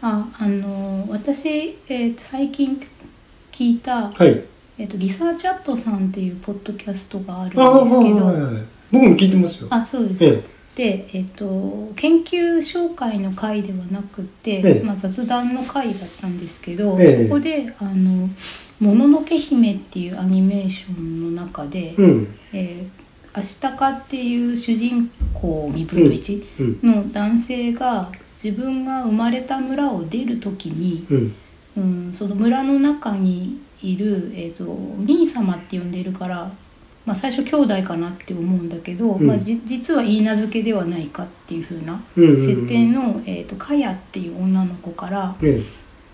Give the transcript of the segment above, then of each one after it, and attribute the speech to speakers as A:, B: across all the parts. A: ああの私、えーと最近聞いた、
B: はい
A: えーとリサーチャットさんっていうポッドキャストがあるんで
B: ああ
A: すけど
B: はいはい僕も聞いてますよ
A: あそうです、
B: え
A: で、えー、と研究紹介の会ではなくて、
B: ええ
A: まあ、雑談の会だったんですけど、
B: ええ
A: そこで「あのもののけ姫」っていうアニメーションの中で、
B: えうん
A: えーアシタカっていう主人公2分の1
B: うん
A: の男性が自分が生まれた村を出る時に、
B: うん
A: うん、その村の中にいる、えー、とお兄様って呼んでるから、まあ、最初兄弟かなって思うんだけど、
B: うん
A: まあ、じ実は言い名付けではないかっていう風な
B: うんうん
A: 設定の、えー、とカヤっていう女の子から、
B: え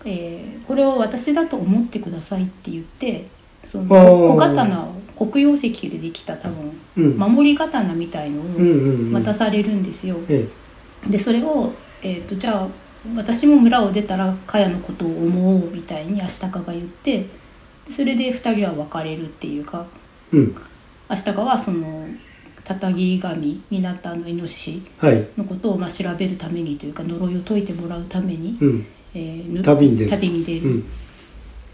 A: えーこれを私だと思ってくださいって言ってその
B: あー
A: 小刀を黒曜石でできた多分
B: えうん
A: 守り刀みたいの
B: うん
A: を
B: うんうん
A: 渡されるんですよ。
B: え
A: でそれを、えー、とじゃあ私も村を出たら茅のことを思おうみたいにアシタカが言ってそれで2人は別れるっていうか
B: えうん
A: アシタカはその叩き神になったあのイノシシ
B: はい
A: のことをまあ調べるためにというか呪いを解いてもらうために、
B: うん
A: えーぬ
B: 旅に出る
A: 旅に出る
B: うん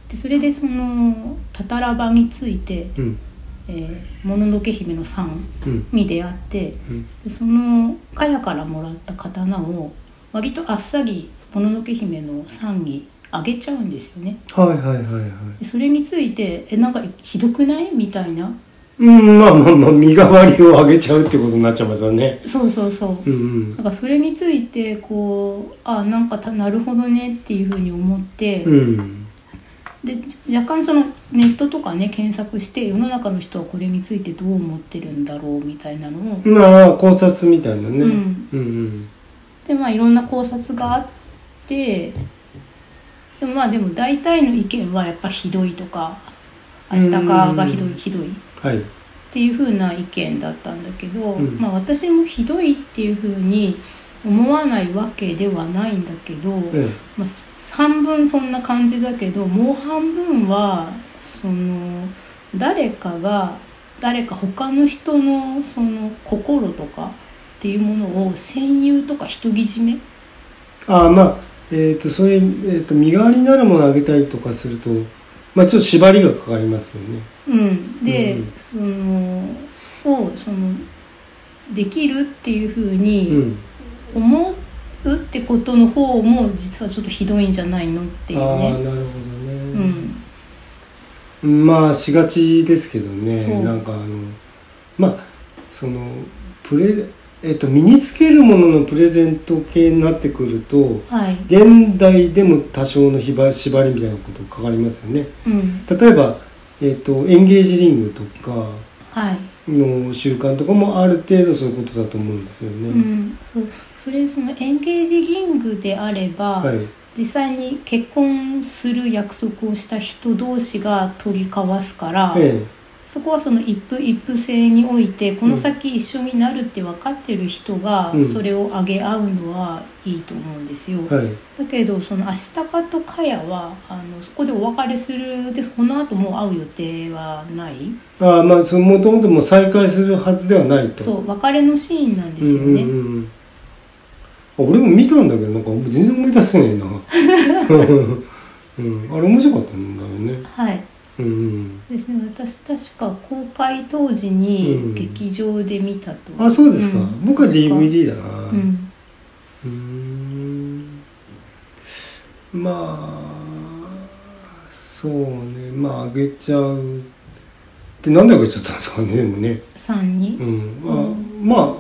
A: でそれでそのタタラバについて
B: うん
A: 「えーもののけ姫のサン
B: うん」
A: に出会って。
B: うん
A: でそのカヤからもらった刀を割とあっさりもののけ姫の産にあげちゃうんですよね
B: はいはいはいはい
A: でそれについてえなんかひどくないみたいな
B: うんまあまあまあ身代わりをあげちゃうってことになっちゃいますよね
A: そうそうそう、
B: うんうん
A: なんかそれについてこうあなんかたなるほどねっていうふうに思って、
B: うん
A: で若干そのネットとかね検索して世の中の人はこれについてどう思ってるんだろうみたいなのを、
B: まあ考察みたいなね、
A: うん
B: うんうん
A: でまあいろんな考察があってでもまあでも大体の意見はやっぱひどいとか明日かがひど
B: う
A: い
B: ん
A: ひどいっ
B: はい
A: ていう風な意見だったんだけど、
B: うん
A: まあ私もひどいっていう風に思わないわけではないんだけど、
B: え
A: まあ、半分そんな感じだけどもう半分はその誰かが誰か他の人のその心とかっていうものを占有とか人ぎじめ
B: ああまあえっ、とそういう、えー、と身代わりになるものをあげたりとかするとまあちょっと縛りがかかりますよね
A: うん、で、
B: うん
A: そのをそのできるっていうふうに
B: ん
A: 思うってことの方も実はちょっとひどいんじゃないのっていう
B: ああなる
A: ね。
B: ほどね
A: う、ん、
B: まあしがちですけどね
A: そう
B: なんかあのまあそのプレえっと身につけるもののプレゼント系になってくると
A: はい、
B: 現代でも多少のひば縛りみたいなことかかりますよね
A: うん、
B: 例えば、えっとエンゲージリングとか
A: はい、
B: の習慣とかもある程度そういうことだと思うんですよ
A: う
B: ね、
A: ん、そう、それそのエンゲージリングであれば、
B: はい
A: 実際に結婚する約束をした人同士が取り交わすから、
B: え
A: そこはその一夫一夫制においてこの先一緒になるって分かってる人が
B: うん
A: それをあげ合うのはいいと思うんですよ、
B: えはい
A: だけどそのアシタカとカヤはあのそこでお別れするでこの後もう会う予定はない
B: ああまあそのもともともう再開するはずではないと
A: そう別れのシーンなんですよね、
B: うんうんうん、あ俺も見たんだけどなんか全然思い出せない な、うん、あれ面白かったんだよね
A: はい
B: うんうん
A: ですね私確か公開当時
B: うん
A: に劇場で見たと、
B: あそうですか、
A: ん
B: 僕は
A: 確か
B: DVD だな
A: うん
B: うーんまあそうねまああげちゃうってなんであげちゃったんですかねでもね
A: 3に、
B: うん、
A: うん
B: まあまあ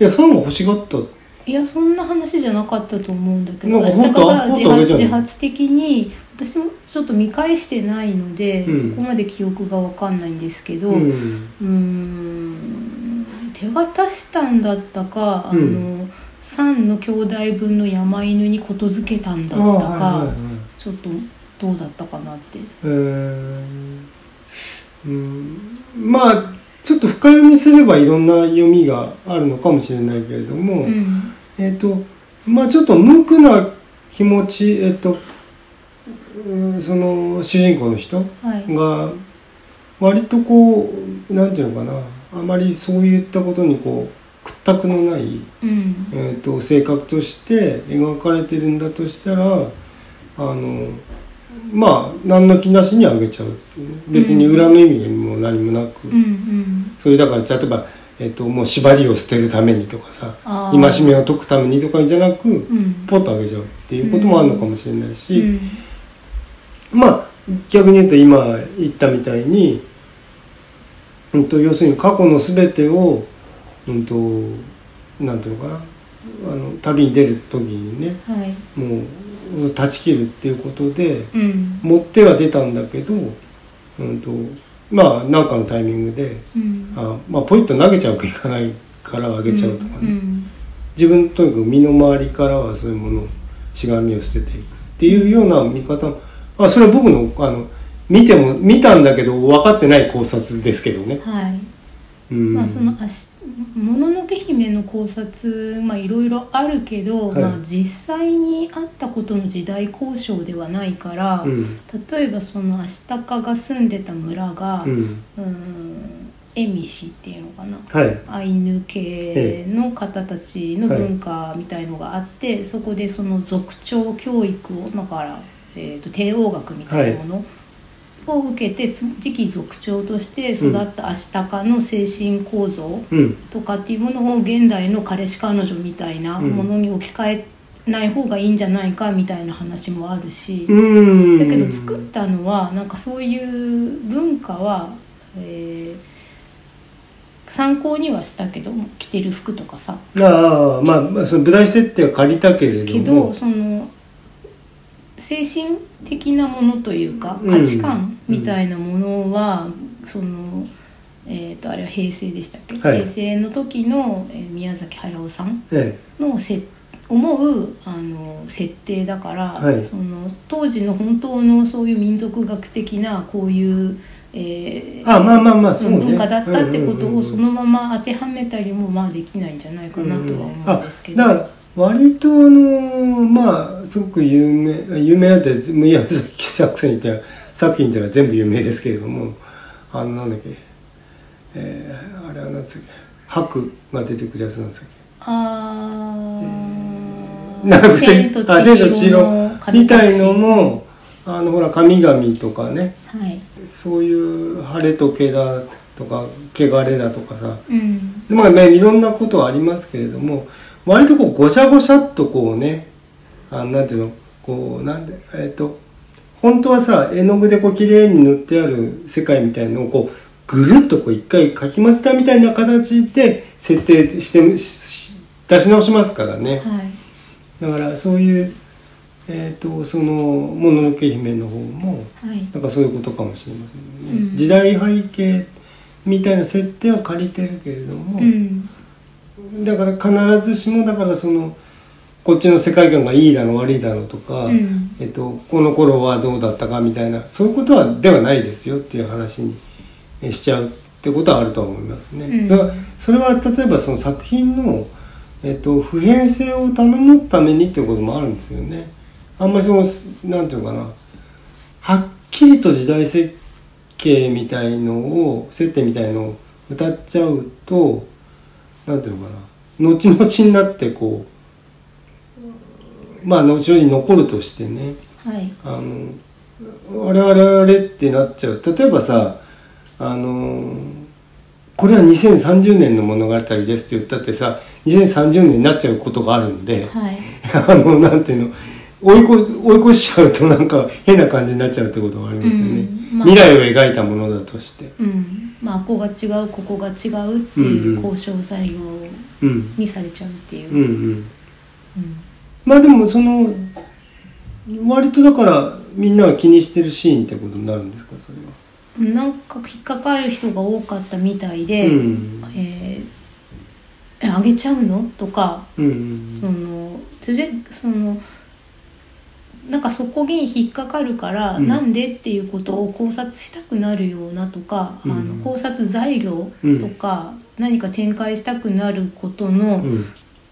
B: いやサンが欲しがった
A: いやそんな話じゃなかったと思うんだけど
B: なんか
A: 明
B: も
A: 日
B: っ
A: か
B: と
A: ら
B: もっ
A: 自
B: と上
A: 発
B: じゃない
A: 自発的に私もちょっと見返してないので、
B: うん
A: そこまで記憶がわかんないんですけどう
B: うん
A: ーん手渡したんだったか、
B: うん
A: あの三の兄弟分の山犬にことづけたんだ
B: あ
A: ったか、
B: はいはいはい
A: ちょっとどうだったかなって
B: えーうん、まあちょっと深読みすればいろんな読みがあるのかもしれないけれども、
A: うん
B: えっ、とまあちょっと無垢な気持ちえっ、とうんその主人公の人
A: はい
B: が割とこうなんていうのかなあまりそういったことにこう屈託のない、
A: うん
B: えー、と性格として描かれてるんだとしたらあのまあ何の気なしにあげちゃうっていうね別に裏の意味も何もなく、
A: うんうん
B: それだから例えば、えー、ともう縛りを捨てるためにとかさ
A: あ
B: 戒
A: ー
B: めを解くためにとかじゃなく、
A: うん
B: ポッとあげちゃうっていうこともあるのかもしれないし。
A: うん
B: まあ逆に言うと今言ったみたいに、うん、と要するに過去の全てを、うん、となんていうのかなあの旅に出る時にね
A: はい
B: もう断ち切るっていうことで
A: うん
B: 持っては出たんだけど、うん、とまあ何かのタイミングで
A: うん
B: あ、まあ、ポイッと投げちゃうかいかないからあげちゃうとかね、
A: うん
B: 自分とにかく身の回りからはそういうものをしがみを捨てていくっていうような見方もあそれは僕のあの見ても見たんだけど分かってない考察ですけどね。
A: うんはい
B: うん
A: まあそのあし「もののけ姫」の考察まあいろいろあるけど、
B: はい
A: まあ、実際にあったことの時代交渉ではないから、
B: うん
A: 例えばそのアシタカが住んでた村が、
B: うん
A: うーんエミシっていうのかな
B: はい
A: アイヌ系の方たちの文化みたいのがあって、そこでその族長教育をだから、えー、と帝王学みたいなものを受けて、つ次期族長として育ったアシタカの精神構造
B: うん
A: とかっていうものを現代の彼氏彼女みたいなものに置き換えない方がいいんじゃないかみたいな話もあるし。
B: うん
A: だけど作ったのはなんかそういう文化は、えー参考にはしたけど着てる服とかさ
B: ああまあまあその舞台設定は借りたけれど
A: け
B: も
A: どその精神的なものというか
B: うん
A: 価値観みたいなものは、その。えー、とあれは平成でしたっけ、
B: はい
A: 平成の時の、えー宮崎駿さん
B: え
A: のせ思うあの設定だから、
B: はい
A: その当時の本当のそういう民族学的なこういう、え
B: え
A: ー
B: あまあまあまあそうね
A: 文化だったってこと
B: うんうんうんう
A: を
B: ん
A: そのまま当てはめたりもまあできないんじゃないかなとは思うんですけど。
B: あだから割とあのーまあすごく有名有名だって宮崎作戦って作品っていうのは全部有名ですけれどもあのなんだっけ、えーあれは何つうっけ白が出てくるやつなんですっけ
A: あー
B: なんか
A: 千と
B: あ千と千
A: 千尋の神
B: 尋
A: 隠
B: み
A: した
B: いのもあのほら神々とかね
A: はい、
B: そういう晴れとけだとか汚れだとかさ
A: うん、
B: まあね、いろんなことはありますけれども割とこうごしゃごしゃっとこうねあなんていうのこうなんでえっ、と本当はさ絵の具でこう綺麗に塗ってある世界みたいのをこうぐるっとこう一回かき混ぜたみたいな形で設定してしし出し直しますからね
A: はい、
B: だからそういう、えー、とその「もののけ姫」の方も
A: はい、
B: なんかそういうことかもしれませんね、
A: うん
B: 時代背景みたいな設定は借りてるけれども、
A: うん、
B: だから必ずしもだからそのこっちの世界観がいいだの悪いだのとか、
A: うん
B: えっと、この頃はどうだったかみたいなそういうことはではないですよっていう話にえしちゃうってことはあるとは思いますね。
A: うん
B: それはそれは例えばその作品の、えっと、普遍性を保つためにっていうこともあるんですよね。あんまりそのなんていうのかなはっきりと時代設計みたいのを設定みたいのを歌っちゃうとなんていうのかな後々になってこうまあ後々に残るとしてね
A: はい、
B: あの我々我々ってなっちゃう例えばさあのこれは2030年の物語ですって言ったってさ2030年になっちゃうことがあるんで。
A: はい、
B: あの、なんていうの、追い越追い越しちゃうとなんか変な感じになっちゃうってことがありますよね。
A: うんまあ
B: 未来を描いたものだとして。
A: うん、まあここが違うここが違うっていう
B: うんうん
A: 交渉作業
B: うん。
A: にされちゃうっていう、
B: うんうん。
A: うん
B: まあでもその、割とだからみんなが気にしてるシーンってことになるんですか、それは。
A: なんか引っかかる人が多かったみたいで「
B: うん
A: えーえあげちゃうの?」とか
B: うんうん。
A: そのそれでそのなんかそこに引っかかるから、
B: うん
A: なんでっていうことを考察したくなるようなとか、
B: うん
A: あの考察材料とか、何か展開したくなることの、
B: うん。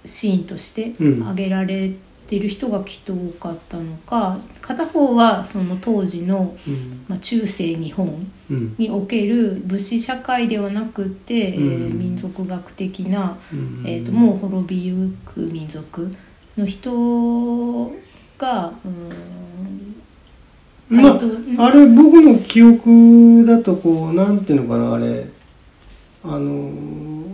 A: シーンとして
B: うん
A: 挙げられてる人がきっと多かったのか片方はその当時の、
B: うん
A: まあ、中世日本
B: うん
A: における武士社会ではなくて、えー
B: うん
A: 民族学的な、
B: うん
A: えー、ともう滅びゆく民族の人がうーん
B: まあ
A: 割とうん
B: あれ僕の記憶だとこうなんていうのかなあれあのー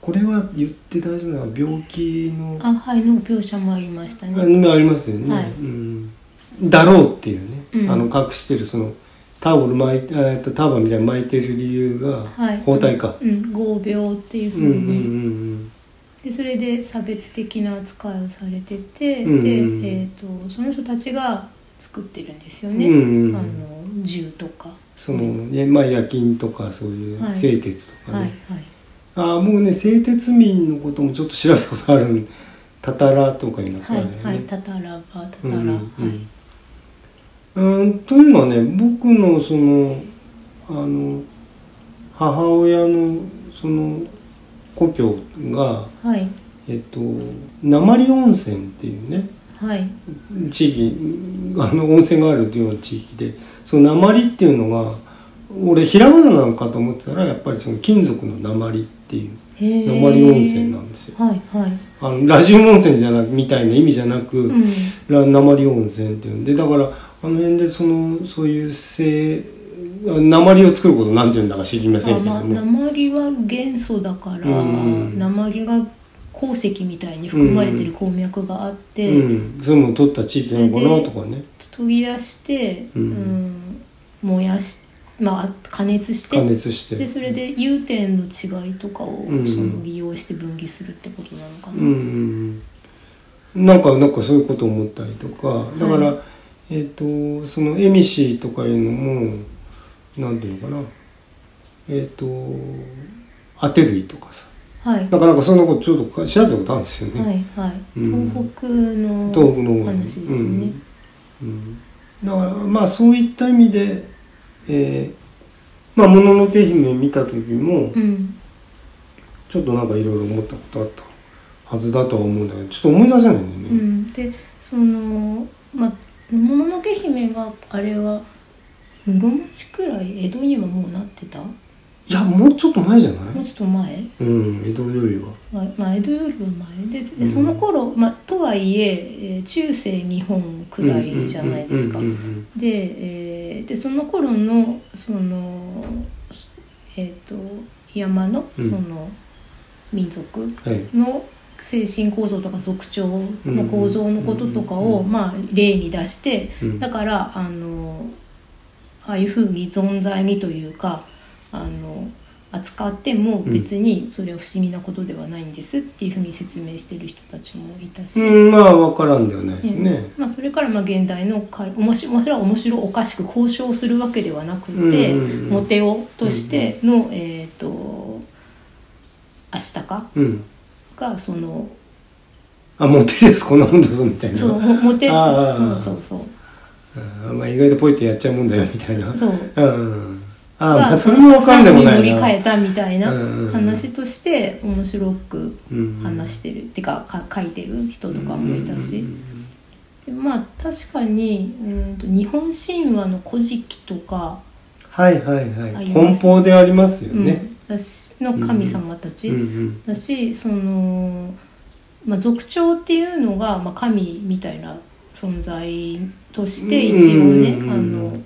B: これは言って大丈夫なの病気のあ
A: あはいの描写もありましたね。
B: ありますよね、
A: はい
B: うん、だろうっていうね、
A: うん
B: あの隠してるそのタオル巻いてえっとターバンみたいに巻いてる理由が、
A: はい、
B: 包帯か、
A: うん、合病っていう
B: う
A: ふ
B: ん
A: う
B: う
A: に、
B: んうん
A: でそれで差別的な扱いをされてて、
B: うん
A: で、
B: うん
A: えー、とその人たちが作ってるんですよ
B: うん、
A: ね、
B: うんうん
A: あの銃とか
B: その、ねまあ、夜勤とかそういう
A: はい
B: 製鉄とかね、
A: はいはい
B: ああもうね製鉄民のこともちょっと調べたことあるタタラとかになった
A: は
B: ん
A: い
B: だよね、
A: はい、タタラバタタ
B: う
A: ラ、
B: んうん
A: はい、
B: うんうんというのはね僕のそのあの母親のその故郷が、
A: はい
B: えっと、鉛温泉っていうね
A: はい
B: 地域あの温泉があるというような地域でその鉛っていうのが俺ひらがななのかと思ってたらやっぱりその金属の鉛っていう
A: へえ
B: 鉛温泉なんですよ。
A: はいはい
B: あのラジウム温泉じゃなくみたいな意味じゃなく、
A: うん
B: ら鉛温泉っていうんでだからあの辺でそのそういう性あ鉛を作ることなんていうんだか知りません
A: あ
B: けど
A: まあ
B: も、
A: 鉛は元素だから、
B: うんうん
A: 鉛が鉱石みたいに含まれてる鉱脈があって、
B: うん、そういうのを取った地域なのかなとかね
A: 研ぎ出して、
B: うん
A: うん燃やし、まあ、加熱して
B: 加熱して
A: でそれで融点の違いとかをそ
B: んうん
A: の利用して分岐するってことなのかな、
B: うんうんうん、なんかなんかそういうことを思ったりとかだから、
A: は
B: えっ、とそのエミシーとかいうのもなんていうのかなえっ、と当て類とかさ
A: はい
B: なかなかそんなことちょっと調べたことあるんですよね。
A: はいはい、
B: うん
A: 東北の
B: 東北の方
A: 話ですよね、
B: うんうん、だからまあそういった意味で「えーまあ、もののけ姫」見た時も
A: うん、
B: ちょっとなんかいろいろ思ったことあったはずだとは思うんだけどちょっと思い出せないん
A: う
B: だよね。
A: ん、でそのまあもののけ姫があれは室町くらい江戸にはもうなってたも
B: いやもうちょっと前じゃな
A: う
B: い
A: ちょっと前
B: うん江戸よりは。
A: まあまあ、江戸よりも前で
B: う
A: で
B: ん
A: その頃、まあ、とはいええー中世日本くらいじゃないですか
B: うん。うん
A: で,、えーでその頃のそのえっ、と山のそ
B: うん
A: の民族
B: うんうんはい
A: の精神構造とか族長の構造のこととか
B: うんうんうん
A: を
B: う
A: まあ例に出して
B: うん
A: だからあのああいうふうに存在にというかあの扱っても別にそれは不思議なことではないんですっていうふうに説明してる人たちもいたし、
B: うんまあ分からんではないです
A: うん
B: ね。
A: まあ、それからまあ現代のかおもしもちろん面白おかしく交渉するわけではなくて、
B: うんうんうん
A: モテ男としての、えっ、と明日か
B: うん、
A: がその
B: あモテですこんなもんだぞみたいな
A: そのモモテ
B: あー
A: そうそう
B: あまあ、意外とポイってやっちゃうもんだよみたいな。
A: そうそう
B: うん、ああ、まあ、
A: が
B: それも分かんでもない
A: に乗り換え
B: な。
A: たみたいな
B: うんうんうん
A: 話として面白く
B: うん
A: 話してる、ってかか書いてる人とかもいたし、
B: うんうん
A: でまあ確かにうんと日本神話の「古事記」とか
B: はいはいは
A: あ
B: い
A: ります
B: 奔放でありますよね、
A: うん、だしの神様た
B: う
A: ち、
B: んうん
A: だしその、まあ、族長っていうのが、まあ、神みたいな存在として
B: うん
A: 一応ね、
B: うん
A: あの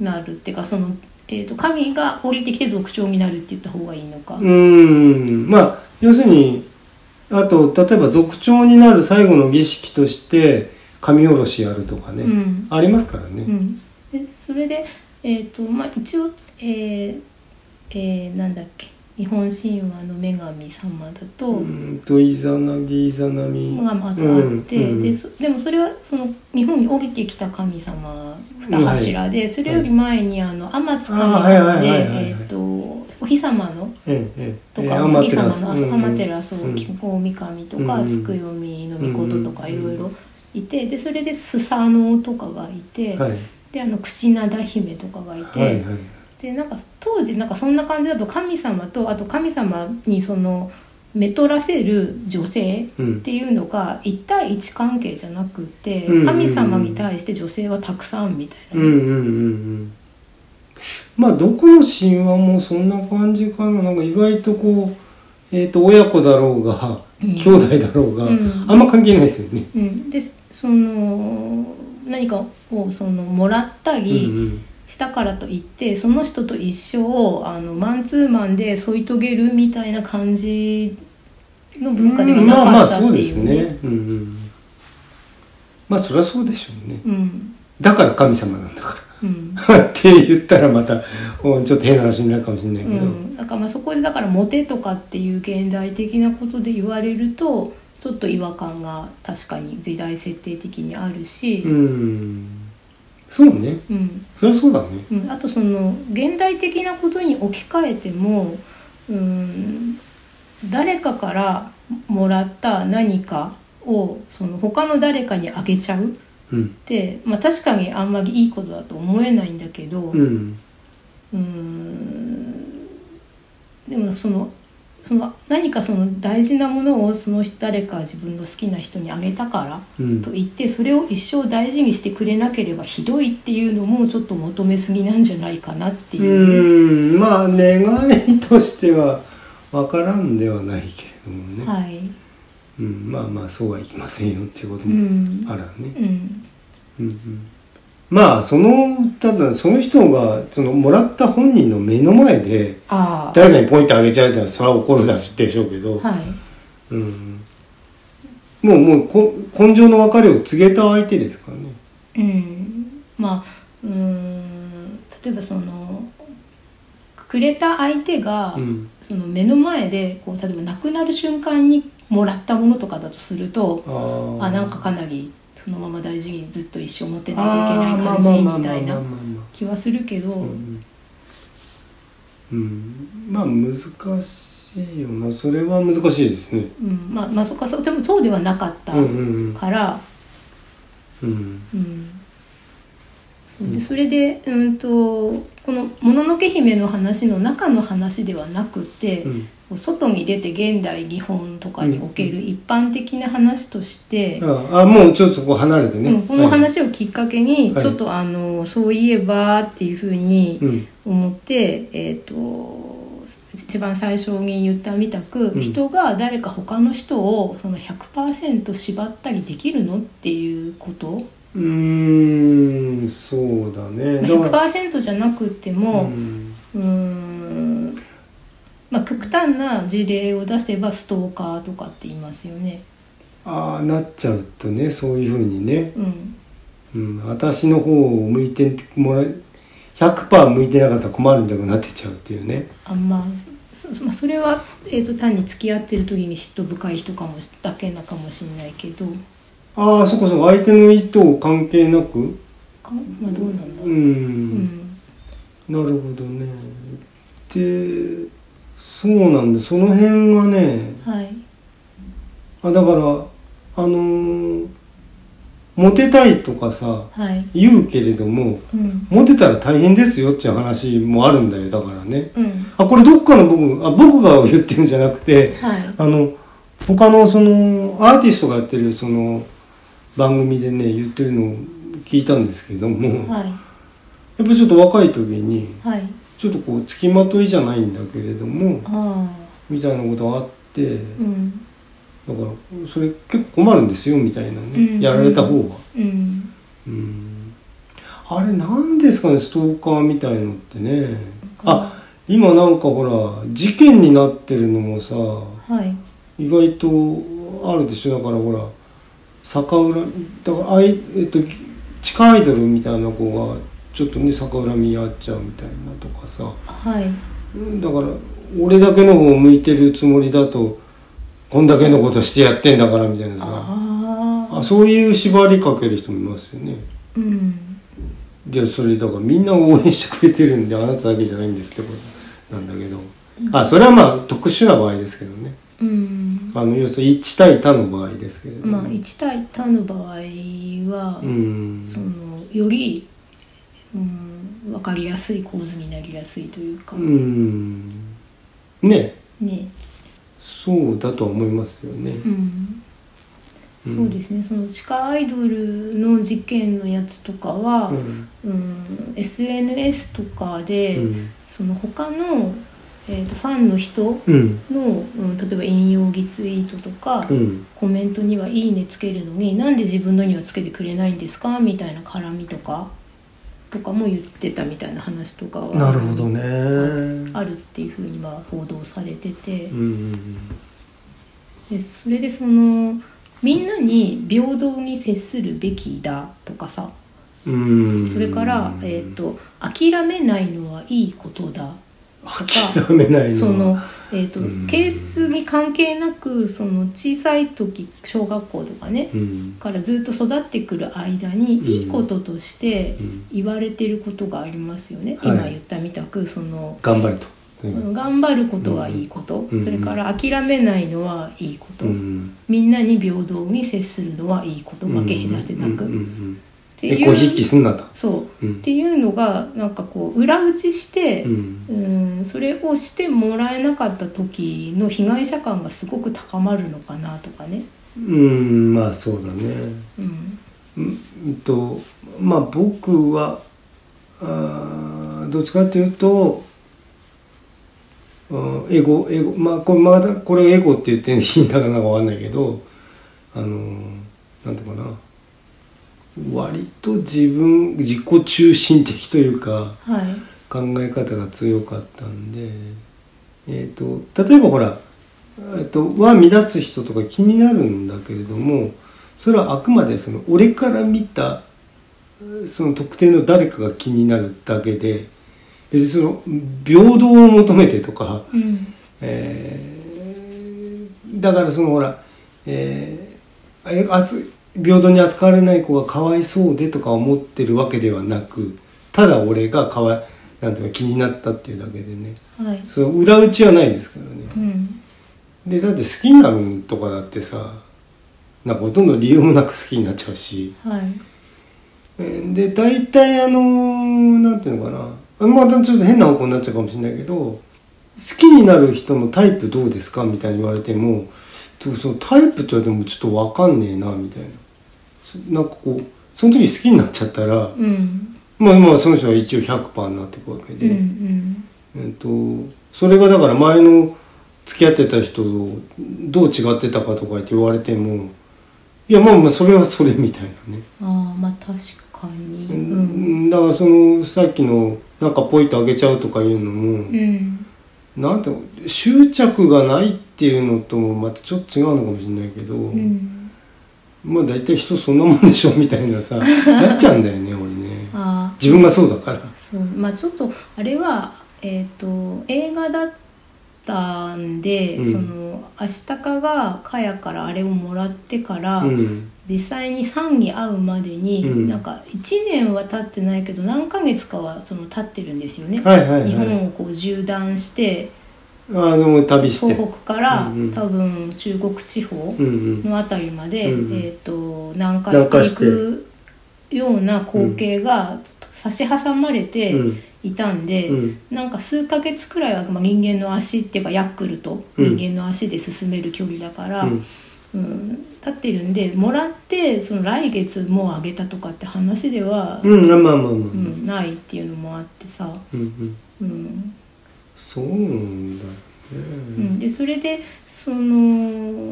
A: なるっていうかその、えー、と神が降りてきて族長になるって言った方がいいのか。
B: うーんまあ要するにあと例えば族長になる最後の儀式として神おろしやるとかね、
A: うん
B: ありますからね、
A: うん、でそれで、えーとまあ、一応、えーえーなんだっけ日本神話の女神様だと、
B: うーんとイザナギイザナミ
A: がまずあって、
B: うんうん
A: でそでもそれはその日本に降りてきた神様
B: うん
A: 二柱で、それより前にあの天津神
B: あーはい
A: 様
B: はい
A: で
B: はいはい
A: えーとお日様の
B: ええ
A: と
B: ええ
A: か、
B: ア
A: お
B: マ
A: 月
B: テ
A: 様
B: ラス
A: の
B: うん
A: 天照
B: うん
A: 大神神と
B: う
A: か
B: ん
A: つくよみの御事とか
B: うん
A: いろいろいてでそれでスサノオとかがいて、
B: はい、
A: であの櫛灘姫とかがいて。
B: はいはい
A: でなんか当時なんかそんな感じだと神様とあと神様にそのめとらせる女性っ
B: うん
A: ていうのが一対一関係じゃなくて、
B: うんうんうん
A: 神様に対して女性はたくさんみたい
B: うん
A: な、
B: うんうんうんまあどこの神話もそんな感じかななんか意外とこう、えー、と親子だろうが、
A: うん
B: 兄弟だろうが、
A: うん
B: あんま関係ないですよね。
A: うんでその何かをそのもらった
B: うん
A: り、したからといってその人と一生あのマンツーマンで添い遂げるみたいな感じの
B: うん
A: 文化ではな
B: まあま
A: か
B: あ
A: ったって
B: そうで
A: い
B: す
A: う
B: ね
A: ね。。
B: うんうん、まあそりゃそうでしょうね。
A: うん
B: だから神様なんだか
A: うん
B: らって言ったらまたおちょっと変な話になるかもしれないうけど。
A: ん、だからまあそこでだからモテとかっていう現代的なことで言われるとちょっと違和感が確かに時代設定的にあるし、
B: うん、そうね。
A: うん
B: そりゃそうだね。
A: うん、あとその現代的なことに置き換えても、うん、誰かからもらった何かをその他の誰かにあげちゃうっ
B: うん。
A: て、まあ、確かにあんまりいいことだと思えないんだけど、
B: うん。
A: うんでもそのその何かその大事なものをその誰か自分の好きな人にあげたから
B: うん
A: と。言ってそれを一生大事にしてくれなければひどいっていうのもちょっと求めすぎなんじゃないかなって
B: う
A: いう。
B: んまあ願いとしては分からんではないけれどもね、
A: はい、
B: うん、まあまあそうはいきませんよっていうこと
A: う
B: も
A: ん
B: あるわね、
A: うん
B: うんうん、まあそのただその人がそのもらった本人の目の前で
A: あ
B: 誰かにポイントあげちゃうやつはそれは怒るだしでしょうけど、
A: あはい
B: うん、もうもうこ根性の別れを告げた相手ですからね。
A: うん、まあうん例えばそのくれた相手が、
B: うん
A: その目の前でこう例えば亡くなる瞬間にもらったものとかだとすると
B: あー
A: あなんかかなりそのまま大事にずっと一生持ってないといけ
B: あ
A: な
B: ー
A: い
B: ま
A: 感
B: あまあ
A: じ
B: まあまあ
A: みたいな
B: まあまあまあ
A: 気はするけど、
B: うんうん、まあ難しいよなそれは難しいですね
A: うん、まあまあそっかそうでもそうではなかった
B: うんうん
A: から、
B: うんうん
A: うんそう
B: う
A: で
B: ん
A: それで、うん、とこの「もののけ姫」の話の中の話ではなくて、
B: うん
A: 外に出て現代日本とかにおける一般的な話として、
B: ああもうちょっとそこ離れてね、
A: うんこの
B: はい
A: 話をきっかけに、
B: はい
A: ちょっとあのそういえばっていうふうに
B: うん
A: 思って、えっ、と一番最初に言ったみたく、
B: うん
A: 人が誰か他の人をその100%縛ったりできるのっていうこと、
B: うーんそうだね
A: まあ、100%じゃなくて
B: う
A: も
B: ん
A: うーんまあ極端な事例を出せばストーカーとかって言いますよね。
B: ああなっちゃうとねそういうふうにね、
A: うん
B: うん、私の方を向いてもらえ100%向いてなかったら困るんだくなってっちゃうっていうね
A: あんまそそまあそれは、えー、と単に付き合ってる時に嫉妬深い人かもしだけなかもしれないけど
B: ああそこそこ相手の意図を関係なく
A: かまあどうなんだろう、
B: う
A: うん
B: んなるほどねでそうなんでその辺がね
A: はい
B: あだからあのーモテたいとかさ
A: はい
B: 言うけれども
A: うん
B: モテたら大変ですよっていう話もあるんだよだからね
A: うん
B: あこれどっかの僕あ僕が言ってるんじゃなくて
A: はい
B: あの他のそのアーティストがやってるその番組でね言ってるのを聞いたんですけども、
A: はい
B: やっぱちょっと若い時に
A: はい
B: ちょっとこう付きまといじゃないんだけれども
A: ああ
B: みたいなことがあってだか
A: うん
B: らそれ結構困るんですよみたいなね、
A: うん
B: やられた方は
A: うん
B: うんあれなんですかねストーカーみたいのってねあ今なんかほら事件になってるのもさ
A: はい
B: 意外とあるでしょだからほら逆恨みだからあい、えっと、地下アイドルみたいな子がちょっとね逆恨みやっちゃうみたいなとかさ、
A: はい
B: うんだから俺だけの方を向いてるつもりだとこんだけのことしてやってんだからみたいなさ
A: あ
B: あ
A: あ
B: そういう縛りかける人もいますよね
A: うん
B: じゃあそれだからみんな応援してくれてるんであなただけじゃないんですってことなんだけど、あそれはまあ特殊な場合ですけどね
A: うん
B: あの要するに1対他の場合ですけれども
A: まあ一対他の場合は、
B: うん
A: そのより、うん、分かりやすい構図になりやすいというか、
B: うんね
A: ね
B: そうだとは思いますよね。
A: うん
B: うん
A: そうですねその地下アイドルの事件のやつとかは、
B: う
A: うん
B: ん、
A: SNS とかで、
B: うん
A: その他の、えー、とファンの人
B: うん
A: の、うん、例えば引用義ツイートとか、
B: うん
A: コメントには「いいね」つけるのになんで自分のにはつけてくれないんですかみたいな絡みとかとかも言ってたみたいな話とかは
B: なるほどね。
A: あるっていうふうにまあ報道されてて。
B: うんうん
A: でそれでそのみんなに平等に接するべきだとかさ
B: うん、うん
A: それから、えー、と諦めないのはいいことだとか
B: 諦めないの
A: その、えーと
B: うん
A: ケースに関係なくその小さい時小学校とかね
B: うん
A: からずっと育ってくる間に
B: ん
A: いいこととして
B: うん
A: 言われてることがありますよね、
B: はい
A: 今言ったみたくその
B: 頑張れと。うん
A: 頑張ることはいいこと、
B: うん
A: それから諦めないのはいいこと、
B: うん
A: みんなに平等に接するのはいいこと分け隔てなく、
B: うんうんう
A: っ
B: ん
A: て
B: え
A: い
B: こひいき
A: う
B: すんなと。
A: そう、
B: うん
A: っていうのがなんかこう裏打ちして、
B: う
A: うん
B: ん
A: それをしてもらえなかった時の被害者感がすごく高まるのかなとかね、
B: うんまあそうだね。
A: うん、
B: うんうんとまあ僕はあーどっちかというと。うんエゴエゴまあこれまだこれエゴって言っていいんだかなんかわかんないけどあのなんていうかな割と自分自己中心的というか
A: はい、
B: 考え方が強かったんで、えー、と例えばほら、えー、とは乱す人とか気になるんだけれどもそれはあくまでその俺から見たえーその特定の誰かが気になるだけで別にその平等を求めてとか、
A: うん、
B: えーだからそのほら、えーえあつ平等に扱われない子がかわいそうでとか思ってるわけではなくただ俺がかわいなんていうか気になったっていうだけでね
A: はい、
B: その裏打ちはないですからね
A: うん、
B: でだって好きになるとかだってさなんかほとんど理由もなく好きになっちゃうし
A: はい、
B: えーで大体あのーなんていうのかなあまたちょっと変な方向になっちゃうかもしれないけど好きになる人のタイプどうですかみたいに言われてもそそのタイプって言われてもちょっとわかんねえなみたいなそなんかこうその時好きになっちゃったら
A: うん、
B: まあまあその人は一応100%になっていくわけ
A: う
B: で、
A: ん、
B: えっとそれがだから前の付き合ってた人とどう違ってたかとかって言われてもいやまあまあそれはそれみたいなね
A: うん、ああまあ確かに、う、
B: うんんだからそのさっきのなんかポイッと上げちゃうとかいうのも、
A: うん、
B: なんていうの執着がないっていうのともまたちょっと違うのかもしれないけど、
A: うん、
B: まあ大体人そんなもんでしょみたい なさなっちゃうんだよね俺ね
A: ああ。
B: 自分がそうだから
A: そうまあちょっとあれは、えー、と映画だったんで、
B: うん
A: そのアシタカがカヤからあれをもらってから、
B: うん
A: 実際に3に会うまでに、
B: うん
A: なんか1年は経ってないけど何ヶ月かはその経ってるんですよね。
B: はいはい
A: 日
B: は
A: 本をこう縦断して
B: いあの旅して
A: 東北から、
B: うんうん
A: 多分中国地方
B: うんうん
A: の辺りまで、
B: うんうん
A: えー、と南下していくような光景が差し挟まれて
B: うん
A: いたんで、
B: うん
A: なんか数ヶ月くらいは、まあ、人間の足っていうかヤックルと
B: うん
A: 人間の足で進める距離だから、
B: う
A: うん
B: ん
A: 立ってるんでもらってその来月もうあげたとかって話では、
B: うんまあまあまあまあ、
A: うんないっていうのもあってさ、
B: うんうん、
A: うん
B: そうなんだよ
A: う
B: ね
A: ん、でそれでその、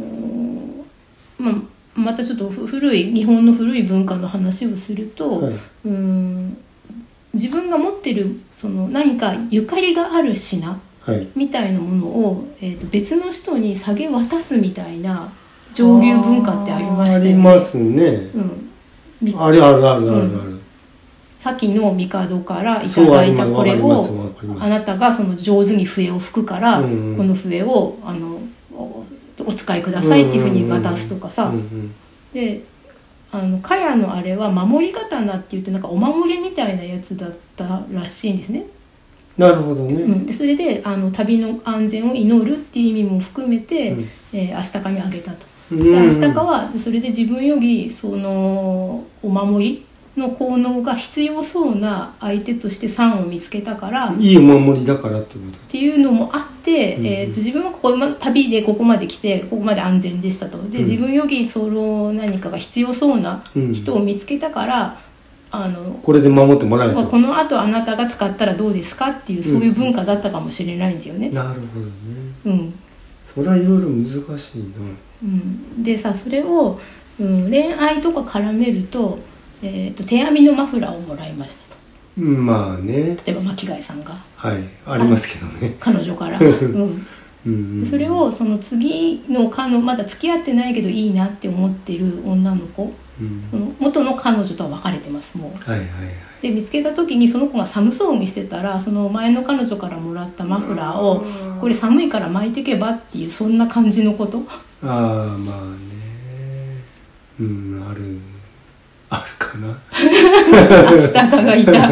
A: まあ、またちょっとふ古い日本の古い文化の話をすると、
B: はい
A: うん自分が持ってるその何かゆかりがある品、
B: はい
A: みたいなものを、えー、と別の人に下げ渡すみたいな上流文化ってありましたよね。
B: ありますね
A: うん、み
B: あれあるあるあるある、
A: さっきの帝からい
B: そ
A: た
B: うあ
A: だ
B: り
A: い
B: ま
A: た
B: す
A: これ
B: わかりますわ
A: を
B: かります
A: あなたがその上手に笛を吹くから、
B: うんうん
A: この笛をあのおお使いくださいっていうふうに渡すとかさ、
B: うんうん
A: であのカヤのあれは守り刀って言ってなんかお守りみたいなやつだったらしいんですね。
B: なるほど
A: う
B: ね、
A: ん、でそれであの旅の安全を祈るっていう意味も含めて、
B: うん
A: えー、アシタカにあげたと。
B: うん
A: でアシタカはそれで自分よりそのお守りの効能が必要そうな相手として酸を見つけたからっ
B: いいお守りだからってこ
A: ていうのもあって、
B: うん
A: えー、と自分はここま旅でここまで来てここまで安全でしたとで、
B: うん
A: 自分よりその何かが必要そうな
B: と、うん、
A: 人を見つけたから、あの
B: これで守ってもらえる
A: まあ
B: と
A: このあとあなたが使ったらどうですかっていうそういう文化だったかもしれないんだよね。
B: なるほどね
A: うん
B: それはいろいろ難しいな
A: うん、でさそれを、うん、恋愛とか絡めると,、えー、と手編みのマフラーをもらいましたと
B: うんまあね
A: 例えば巻貝さんが
B: はいありますけどね
A: 彼女から、うん、
B: うんう
A: で
B: ん
A: それをその次の彼女まだ付き合ってないけどいいなって思ってる女の子
B: うん
A: その元の彼女とは別れてますもう
B: はいはいはい
A: で見つけた時にその子が寒そうにしてたらその前の彼女からもらったマフラーをこれ寒いから巻いてけばっていうそんな感じのこと
B: ああまあねうんあるあるかな
A: 下がいた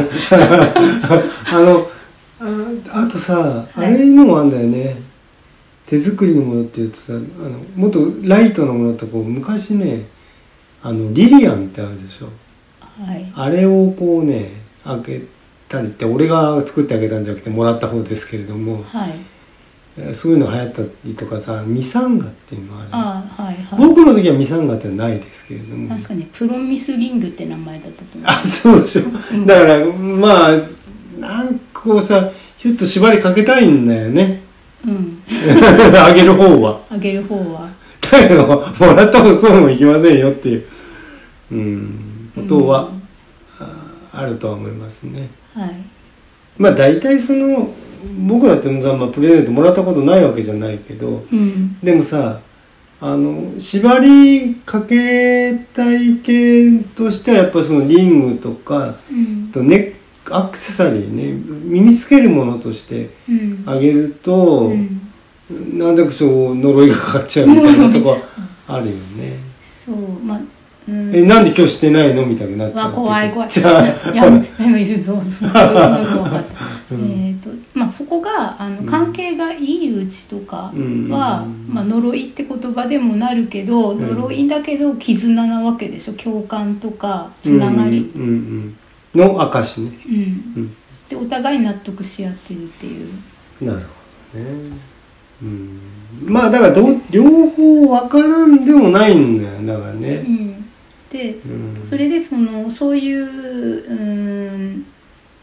B: あのああとさあ
A: はい
B: れのもあんだよね、手作りのものっていうとさあのもっとライトのものとこう昔ねあのリリアンってあるでしょ
A: はい
B: あれをこうね開けたりって俺が作ってあげたんじゃなくてもらった方ですけれども
A: はい
B: えーそういうの流行ったりとかさミサンガっていうのあ
A: ああはい
B: る
A: はい
B: 僕の時はミサンガってないですけれども
A: 確かにプロミスリングって名前だったと思う
B: あそうでしょ、
A: ん
B: だからまあなんかこうさヒュッと縛りかけたいんだよね
A: うん
B: あげる方は
A: あげる方は
B: だけどもらった方そうもいきませんよっていううんことは、ああるとは思いますね
A: うんはい
B: まあ大体その僕だってまあプレゼントもらったことないわけじゃないけど、
A: うん
B: でもさあの縛りかけたい系としてはやっぱそのリングとか
A: うん
B: あとネックアクセサリーね身につけるものとして
A: うん
B: あげると、
A: うん
B: なんだかそう呪いがかかっちゃうみたいなとこあるよね。
A: そうまあうん
B: えなんで今日してないのみたいになっちゃ
A: わ
B: う
A: 怖い怖 い。
B: じゃあ
A: いや今いるぞ。そう いうの怖かった。えっとまあそこがあ
B: う
A: の
B: ん
A: 関係がいいうちとかは、
B: うん
A: まあ呪いって言葉でもなるけど、
B: ん
A: 呪いだけど絆なわけでしょ。共感とかつながり。
B: うんうんうん、の証ね。
A: うん。
B: うん、
A: でお互い納得し合ってるっていう。
B: なるほどね。うん、まあだからどう両方わからんでもないんだよだから
A: う
B: ね。
A: ん。で、
B: うん
A: それでそのそういううん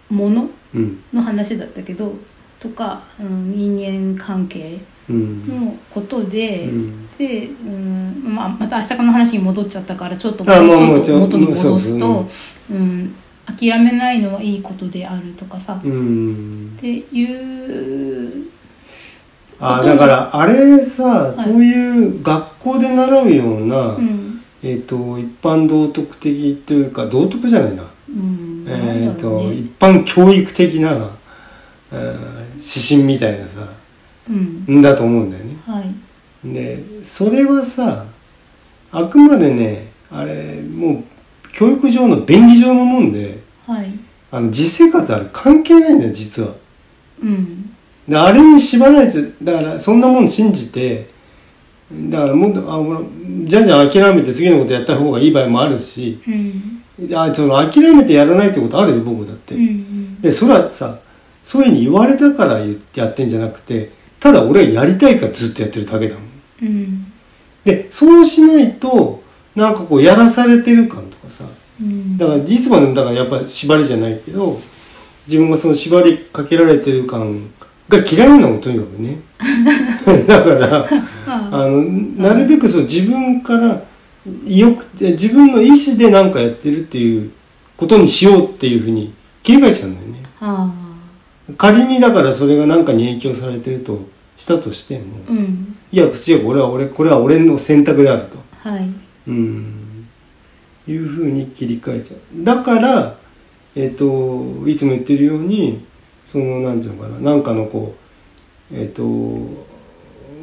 A: もの
B: うん
A: の話だったけどとか、うん、人間関係
B: うん
A: のことで。
B: うん
A: で、うんまあ、また明日この話に戻っちゃったからちょっと
B: あまあ
A: も
B: も
A: う
B: う
A: ち
B: ち
A: ょ
B: ょ
A: っと元に戻す
B: そう
A: と、うん、諦めないのはいいことであるとかさ、
B: う
A: っ
B: ん、
A: ていう
B: あだからあれさ、
A: い
B: そういう学校で習うような、
A: うん、
B: えっ、と一般道徳的というか道徳じゃないな、
A: うん、
B: え
A: なん
B: っ、
A: だろ
B: と
A: うね、
B: 一般教育的な、えー指針みたいなさ
A: うん、
B: んだと思うんだよね。
A: はい、
B: でそれはさあくまでねあれもう教育上の便宜上のもんで
A: はい、
B: あの実生活あれ関係ないんだよ実は。
A: うん、
B: であれに縛られてだからそんなもん信じてだからもっとあほらじゃんじゃん諦めて次のことやった方がいい場合もあるし
A: うん、
B: あその諦めてやらないってことあるよ僕だって。
A: うん、うん、
B: でそれはさそういうふうに言われたから言ってやってんじゃなくてただ俺はやりたいからずっとやってるだけだもん。
A: うん、
B: でそうしないとなんかこうやらされてる感とかさ
A: うん、
B: だからいつまでもだからやっぱ縛りじゃないけど自分がその縛りかけられてる感が嫌いなのとにかくね だから
A: まあ、
B: あのなるべくその自分からよく自分の意思で何かやってるっていうことにしようっていうふうに切り替えちゃうんだよね
A: あ
B: 仮にだからそれが何かに影響されてるとしたとしても
A: ー、うん、
B: いや違う俺は俺これは俺の選択であると
A: はい、
B: うんいうふうに切り替えちゃうだから、えっといつも言ってるようにその何ていうのかななんかのこうえっ、と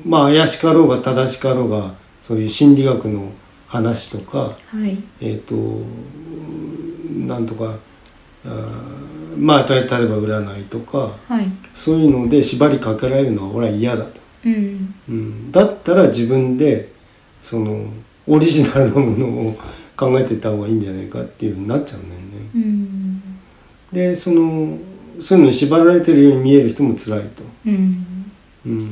B: まあ怪しかろうが正しかろうがそういう心理学の話とか
A: はい、
B: えっ、とうんなんとかあーまあた例えば占いとか
A: はい、
B: そういうので縛りかけられるのは俺は嫌だと。
A: うん、
B: うん、だったら自分でそのオリジナルのものを 考えていった方がいいんじゃないかっていうふうになっちゃうんだよね。
A: うん
B: でそのそういうのに縛られてるように見える人も辛いと。
A: うん
B: うん、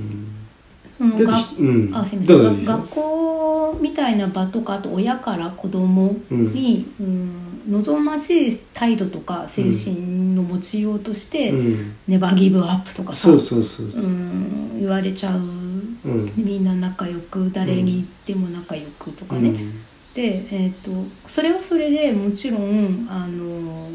A: その
B: だって
A: が
B: うん、
A: あすみませ
B: どうぞ
A: んが学校みたいな場とかあと親から子供に、うん望ましい態度とか精神の持ちようとして、
B: うん、
A: ネバーギブアップとかさ
B: そうそうそうそう、
A: うん、言われちゃう
B: うん
A: みんな仲良く誰にでも仲良くとかね、で、えー、とそれはそれでもちろんあの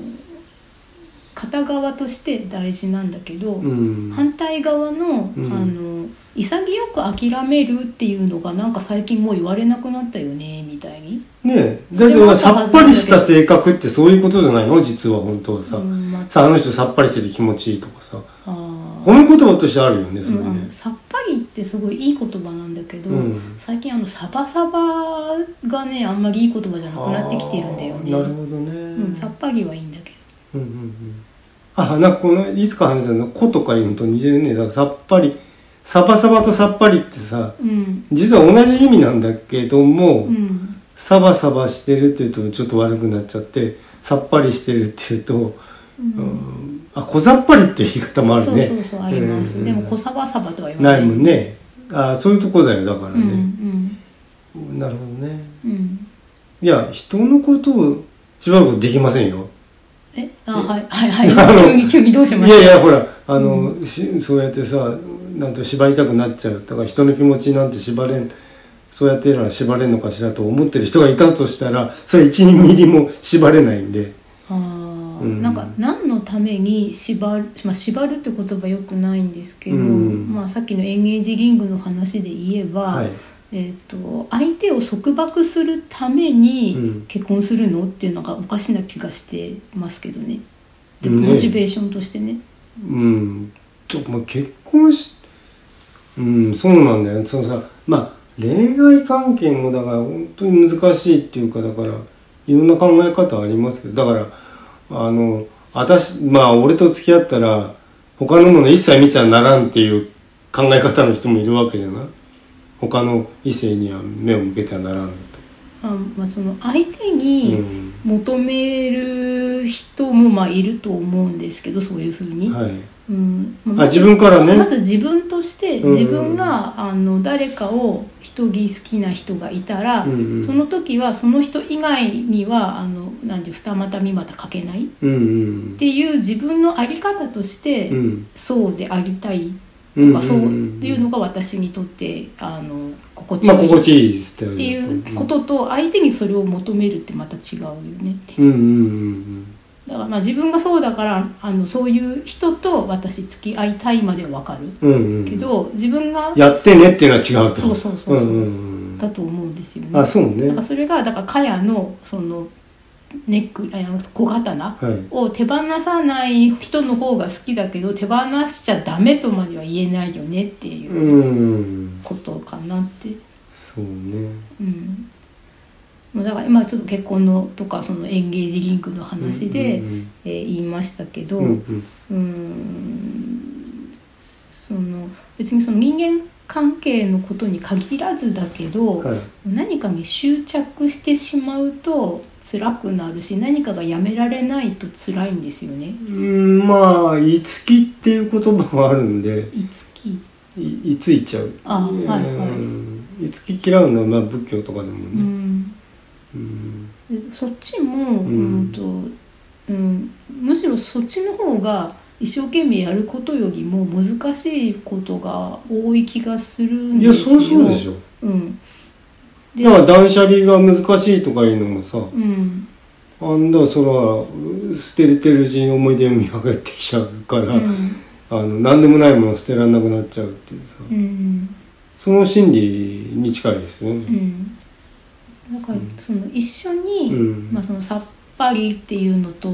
A: 片側として大事なんだけど、
B: うん、
A: 反対側の,、
B: うん
A: あの潔く諦めるっていうのがなんか最近もう言われなくなったよねみたいに、
B: ねえ
A: そ
B: だ
A: れ
B: け
A: も
B: ど
A: あった
B: さ
A: は
B: っ
A: ず
B: ぱ
A: なんだけど
B: りした性格ってそういうことじゃないの実は本当はさ、
A: うんま
B: さああの人さっぱりしてて気持ちいいとかさ
A: あー
B: 褒め言葉としてあるよねそれ
A: うんあの
B: ね、
A: さっぱりってすごいいい言葉なんだけど、
B: うん
A: 最近あのサバサバがねあんまりいい言葉じゃなくなってきてるんだよね
B: あーなるほどね、
A: うん、さっぱりはいいんだけ
B: うんうんうんあなんかこのいつか話したの「子」とかいうのと似てるねだからさっぱりサバサバとさっぱりってさ
A: どうん
B: 実は同じ意味なんだけども、
A: うん
B: サバサバしてるっていうとちょっと悪くなっちゃってさっぱりしてるっていうと、
A: うん
B: うんあ小ざっぱりっていう言い方もある
A: そう
B: ね
A: そうそうあります、
B: うん
A: でも小サバサバとは言わ
B: な
A: ない
B: いもんねあそういうとこだよだから
A: うんう
B: ね、
A: ん
B: なるほどね
A: うん
B: いや人のことをしばらくできませんよ
A: えあはいはいは
B: あの
A: い急に急にどうし
B: い
A: ました
B: やいやほらあの、しそうやってさなんと縛りたくなっちゃうだから人の気持ちなんて縛れんそうやってやれば縛れんのかしらと思ってる人がいたとしたらそれ1ミリも縛れないんで
A: あー、
B: うん
A: なんか何のために縛る、まあ、縛るって言葉よくないんですけど、
B: うん
A: まあ、さっきのエンゲージリングの話で言えば、
B: はい
A: えー、と相手を束縛するため
B: うん
A: に結婚するのっていうのがおかしな気がしてますけどねで
B: ね
A: モチベーションとしてね
B: うんちょまあ結婚しうんそうなんだよそのさまあ恋愛関係もだから本当に難しいっていうかだからいろんな考え方ありますけどだからあの私まあ俺と付き合ったら他のもの一切見ちゃならんっていう考え方の人もいるわけじゃない他の異性には目を向けてはならんと。
A: あ、まあ、その相手
B: う
A: に
B: ん
A: 求める人もまあいると思うんですけどそういうふうに、
B: はい、
A: うんまあ
B: あ自分からね、
A: まず自分として
B: うん
A: 自分が、あの誰かを人気好きな人がいたら、
B: うんうん
A: その時はその人以外にはあのなんていう二股三股かけないっ
B: うんうん
A: ていう自分の在り方として、
B: うん
A: そうでありたい
B: うん
A: と
B: ん
A: か、
B: ん
A: そうっていうのが私にとってあの心地
B: まあ心
A: いいっ
B: 地いいですって
A: ていうことと相手にそれを求めるってまた違うよねって
B: うんうんうん
A: だからまあ自分がそうだからあのそういう人と私付き合いたいまでは分かる
B: うんうんうん
A: けど自分が
B: やってねっていうのは違うと
A: そうそうそうそう
B: うんうんう
A: だと思うんですよね。
B: んあそうね
A: だからそれがだからカヤのそのネックあ小刀
B: はい
A: を手放さない人の方が好きだけど手放しちゃダメとまでは言えないよねっていう
B: うんうん
A: ことかなって。
B: そうね
A: うんまあだから今ちょっと結婚のとかそのエンゲージリンクの話で、
B: うん
A: えー言いましたけど、
B: うんうん
A: うーんその別にその人間関係のことに限らずだけど、
B: はい
A: 何かに執着してしまうと辛くなるし何かがやめられないと辛いんですよね。
B: うんまあ「いつき」っていう言葉があるんで
A: いつき
B: いいついちゃう
A: あはい
B: うん
A: はい
B: つき嫌うのはまあ仏教とかでも
A: う
B: ね
A: ん
B: うん
A: でそっちも、う
B: う
A: んんとうん、むしろそっちの方が一生懸命やることよりも難しいことが多い気がするん
B: い
A: で
B: や
A: すよ。
B: そりゃそうでしょ
A: うん、で
B: だから断捨離が難しいとかいうのもさ
A: うん
B: あんだそら捨てれてるうちに思い出を見上げてきちゃうから、
A: うん
B: あの何でもないものを捨てられなくなっちゃうっていうさ、
A: うん
B: その心理に近いですよ
A: う
B: ね。
A: ん、なんか
B: うん
A: その一緒
B: う
A: に、
B: ん
A: まあ、そのさっぱりっていうのと、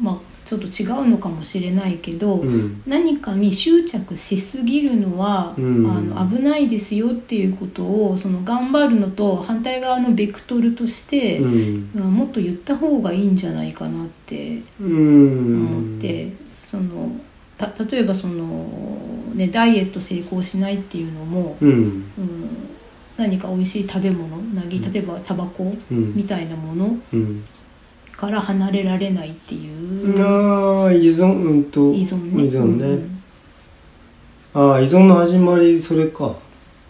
A: まあ、ちょっと違うのかもしれないけど、
B: うん
A: 何かに執着しすぎるのは、
B: うん
A: あの危ないですよっていうことをその頑張るのと反対側のベクトルとして、
B: うん
A: まあもっと言った方がいいんじゃないかなって
B: うん
A: 思って、そのた例えばその、ね、ダイエット成功しないっていうのも、
B: うん
A: うん何か美味しい食べ物なぎ例えばタバコ
B: うん
A: みたいなもの
B: うん
A: から離れられないっていう
B: ああ依存うんと
A: 依存ね。
B: ねああ依存の始まりそれか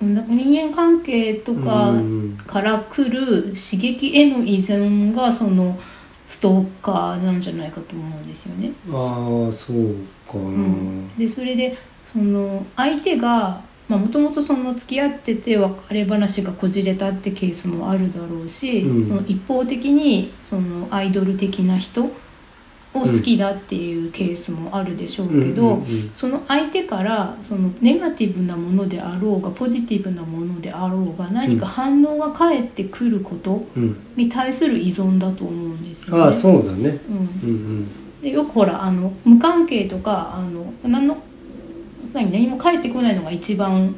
A: うん、だから人間関係とか
B: うん
A: から来る刺激への依存がそのストーカーなんじゃないかと思うんですよね。
B: ああそうかな、
A: うんでそれでその相手がもともと付き合ってて別れ話がこじれたってケースもあるだろうし、
B: うん
A: その一方的にそのアイドル的な人を好きだっていうケースもあるでしょうけど、
B: うんうんうん
A: その相手からそのネガティブなものであろうがポジティブなものであろうが何か反応が返ってくること
B: うん
A: に対する依存だと思うんですよね。
B: ああそうだね
A: うん
B: うんうん
A: でよくほらあの無関係とかあの何の何何も返ってこないのが一番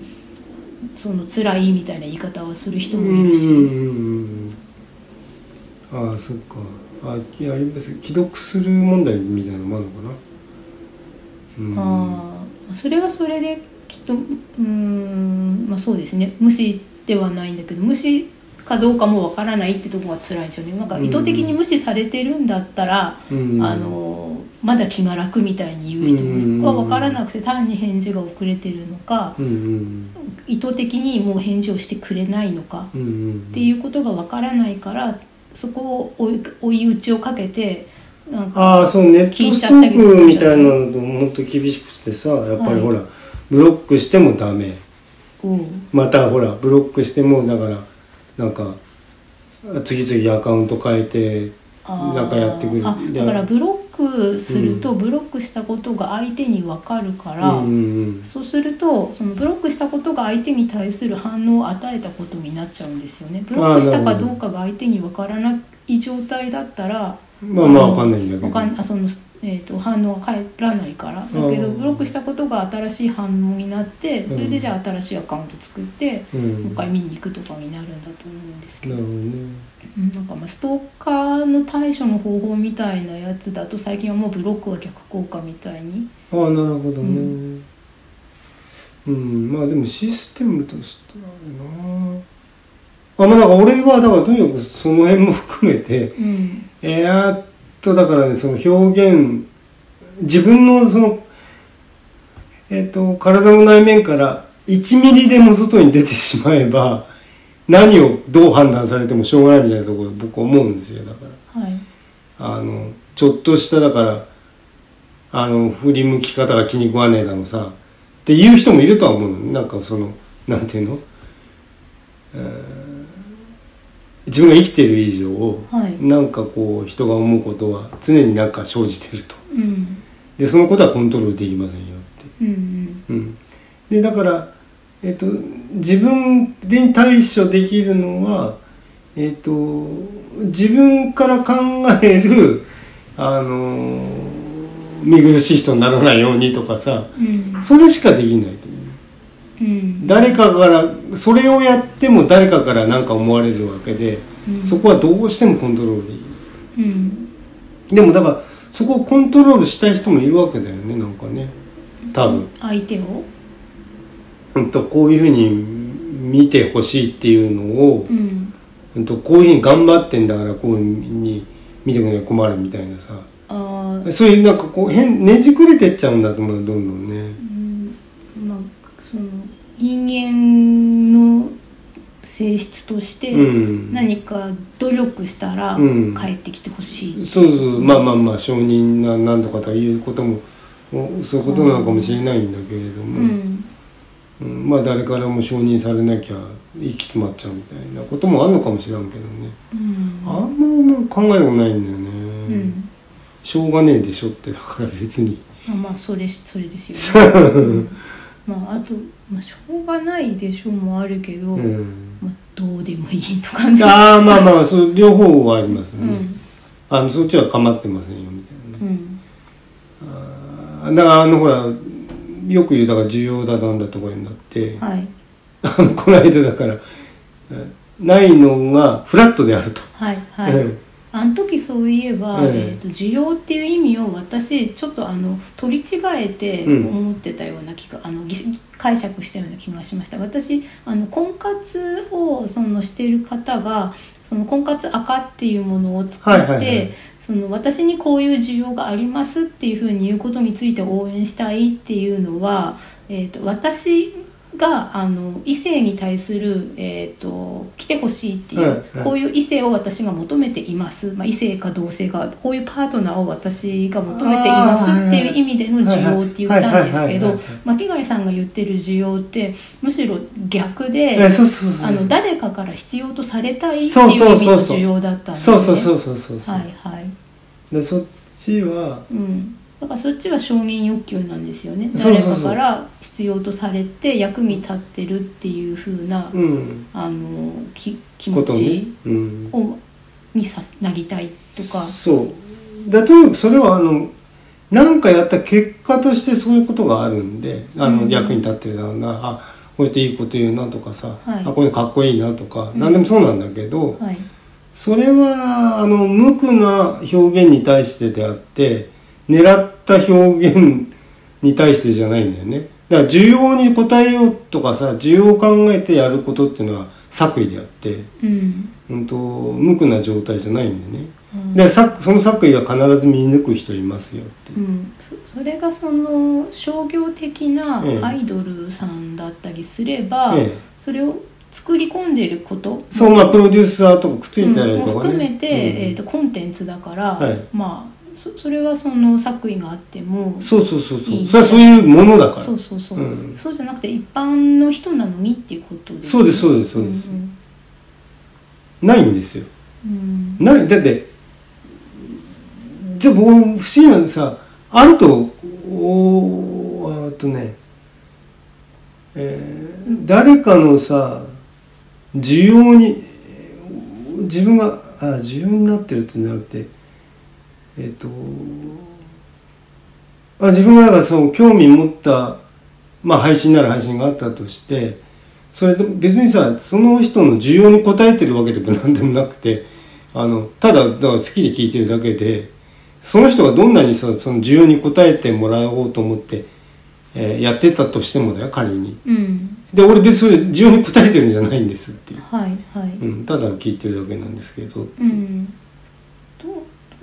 A: その辛いみたいな言い方をする人もいるし、
B: うんうんうんうんああそっかあきあります既読する問題みたいなのもあるのかなうん
A: あーそれはそれできっとうーんまあそうですね無視ではないんだけど無視かどうかもわからないってとこが辛いんですよねなんか意図的に無視されてるんだったら、
B: うん
A: あのまだ気が楽みたいに言う人もは分からなくて単に返事が遅れてるのか、
B: うんうん
A: 意図的にもう返事をしてくれないのか
B: うんうん
A: っていうことがわからないからそこを追い追い打ちをかけてなん
B: ああ
A: か
B: そうネット
A: 聞い
B: ス
A: ち
B: ト
A: ゃった
B: ッ
A: りする
B: クみたいなのともっと厳しくてさやっぱ
A: は
B: り
A: い
B: ほら、ブロックしてもダメ
A: うん
B: またほらブロックしてもだからなんか次々アカウント変えて
A: あー
B: なんかやってくる
A: あだからブロックするとブロックしたことが相手にわかるから、
B: うんうん
A: そうするとそのブロックしたことが相手に対する反応を与えたことになっちゃうんですよねブロックしたかどうかが相手にわからない状態だったら
B: うん、まあまあわかんないんだけど
A: わかんあその、えー、と反応が返らないからだけど
B: うん
A: ブロックしたことが新しい反応になってそれでじゃあ新しいアカウント作って、
B: うん
A: もう一回見に行くとかになるんだと思うんですけ
B: な
A: ど、
B: るほどね
A: うんなんかまあストーカーの対処の方法みたいなやつだと最近はもうブロックは逆効果みたいに
B: ああなるほどね、
A: う
B: う
A: んん
B: まあでもシステムとしてあるなあまあだから俺はだからとにかくその辺も含めて
A: うん
B: えーやっとだからねその表現自分のそのえっ、と体の内面から1ミリでも外に出てしまえば何をどう判断されてもしょうがないみたいなところ僕思うんですよだから
A: はい
B: あのちょっとしただからあの振り向き方が気に食わねえだのさっていう人もいるとは思うのねなんかそのなんていうの、えー自分が生きてる以上、
A: はい
B: なんかこう人が思うことは常になんか生じてると
A: うん
B: でそのことはコントロールできませんよって
A: うんうん
B: うん、でだから、えっと自分で対処できるのは、えっと自分から考える、あの見苦しい人にならないようにとかさ
A: うん
B: それしかできないと思う
A: うん
B: 誰かからそれをやっても誰かから何か思われるわけで
A: うん
B: そこはどうしてもコントロールできない
A: うん
B: でもだからそこをコントロールしたい人もいるわけだよねなんかね多分。
A: 相手を
B: うんと、こういうふうに見てほしいっていうのを
A: う、ん
B: うん、とこういうふうに頑張ってんだからこういうふうに見てくれない困るみたいなさ
A: ああ
B: そういうなんかこう変ねじくれてっちゃうんだと思うどんどん
A: う
B: ね。
A: んまあその人間の性質として
B: うん
A: 何か努力したら
B: うん
A: 帰ってきてほしい、
B: そうそうまあまあまあ承認な何とかとかいうこともおそういうことなのかもしれないんだけれど
A: う
B: も、
A: ん
B: うんまあ誰からも承認されなきゃ息詰まっちゃうみたいなこともあんのかもしれんけどね
A: うん
B: あんままあ考えたことないんだよね、
A: うん
B: しょうがねえでしょってだから別に。
A: まあまあそれそれですよ、ねうんまああと、まあ、しょうがないでしょうもあるけど、
B: うん
A: まあ、どうでもいいとかね
B: ああまあまあそう両方はあります
A: う
B: ね、
A: ん
B: あのそっちは構ってませんよみたいなね
A: うん
B: あーだからあのほらよく言うだから需要だなんだとかになって、
A: はい
B: あのこの間だからえないのがフラットであると、
A: はいはい、
B: うん
A: あの時そういえば、
B: え
A: え
B: え
A: ーと需要っていう意味を私ちょっとあの取り違えて
B: うん
A: 思ってたような気が、あのぎ解釈したような気がしました私あの婚活をそのしてる方がその婚活赤っていうものを使って、
B: はいはいはい
A: その私にこういう需要がありますっていうふうに言うことについて応援したいっていうのは、えー、と私があの異性に対する、えー、と来てほしいっていう、
B: はいはい
A: こういう異性を私が求めています、まあ、異性か同性かこういうパートナーを私が求めていますっていう意味での需要って言ったんですけ
B: はいはいはいはいはいはい
A: ど
B: はい
A: 巻貝さんが言ってる需要ってむしろ逆で。
B: えそうそうそう
A: あの
B: そう
A: 誰かから必要とされたいって
B: そう
A: いう意
B: そう
A: 味
B: そ
A: の
B: うそう
A: 需要だったんです
B: そ
A: ね。
B: うそうそうそうそうそう、
A: はいはい。
B: でそっちは
A: うん。だからそっちは承認欲求なんですよね。
B: そう
A: 誰
B: そう
A: か
B: そう
A: から必要とされて役に立ってるっていう風な、
B: うん
A: あのき気
B: こ
A: 持
B: とね
A: ち
B: うん
A: をにさなりたいとか。
B: そうだとにかくそれはあの何かやった結果としてそういうことがあるんであの、
A: うん
B: 役に立ってるだろうなあこうやっていいこと言うなとかさ、
A: はい
B: あこういうのかっこいいなとか、
A: うん
B: 何でもそうなんだけど、
A: はい。
B: それはあの無垢な表現に対してであって狙った表現に対してじゃないんだよねだから需要に応えようとかさ需要を考えてやることっていうのは作為であって、
A: うん。
B: うん、と無垢な状態じゃないんだよね
A: うん
B: で作その作為は必ず見抜く人いますよっていうう、
A: ん、そそれがその商業的な
B: ええ
A: アイドルさんだったりすれば、
B: ええ
A: それを作り込んでること
B: そうまあプロデューサーとかくっついてやる
A: うん
B: と
A: も
B: かね、
A: 含めて、
B: うん
A: えー、とコンテンツだから、
B: はい
A: まあそそれはその作為があっても
B: そうそうそうそう
A: いい
B: それはそういうものだから
A: そうそうそう、
B: うん
A: そうじゃなくて一般の人なのにっていうことですね
B: そうですそうですそうです
A: ん
B: ないんですよ
A: うん
B: ないだってじゃあ僕不思議なんでさあるとおーあーっとね、えー誰かのさ需要に自分があ需要になってるっていうんじゃなくてえっ、とあ自分がだからその興味持った、まあ、配信なら配信があったとしてそれと別にさその人の需要に応えてるわけでも 何でもなくてあのただだから好きで聞いてるだけでその人がどんなにさその需要に応えてもらおうと思って、えーやってたとしてもだよ仮に。
A: うん
B: で俺別に需要に応えてるんじゃないんですっていう、
A: はいはい、
B: うん、ただ聞いてるだけなんですけど
A: うんど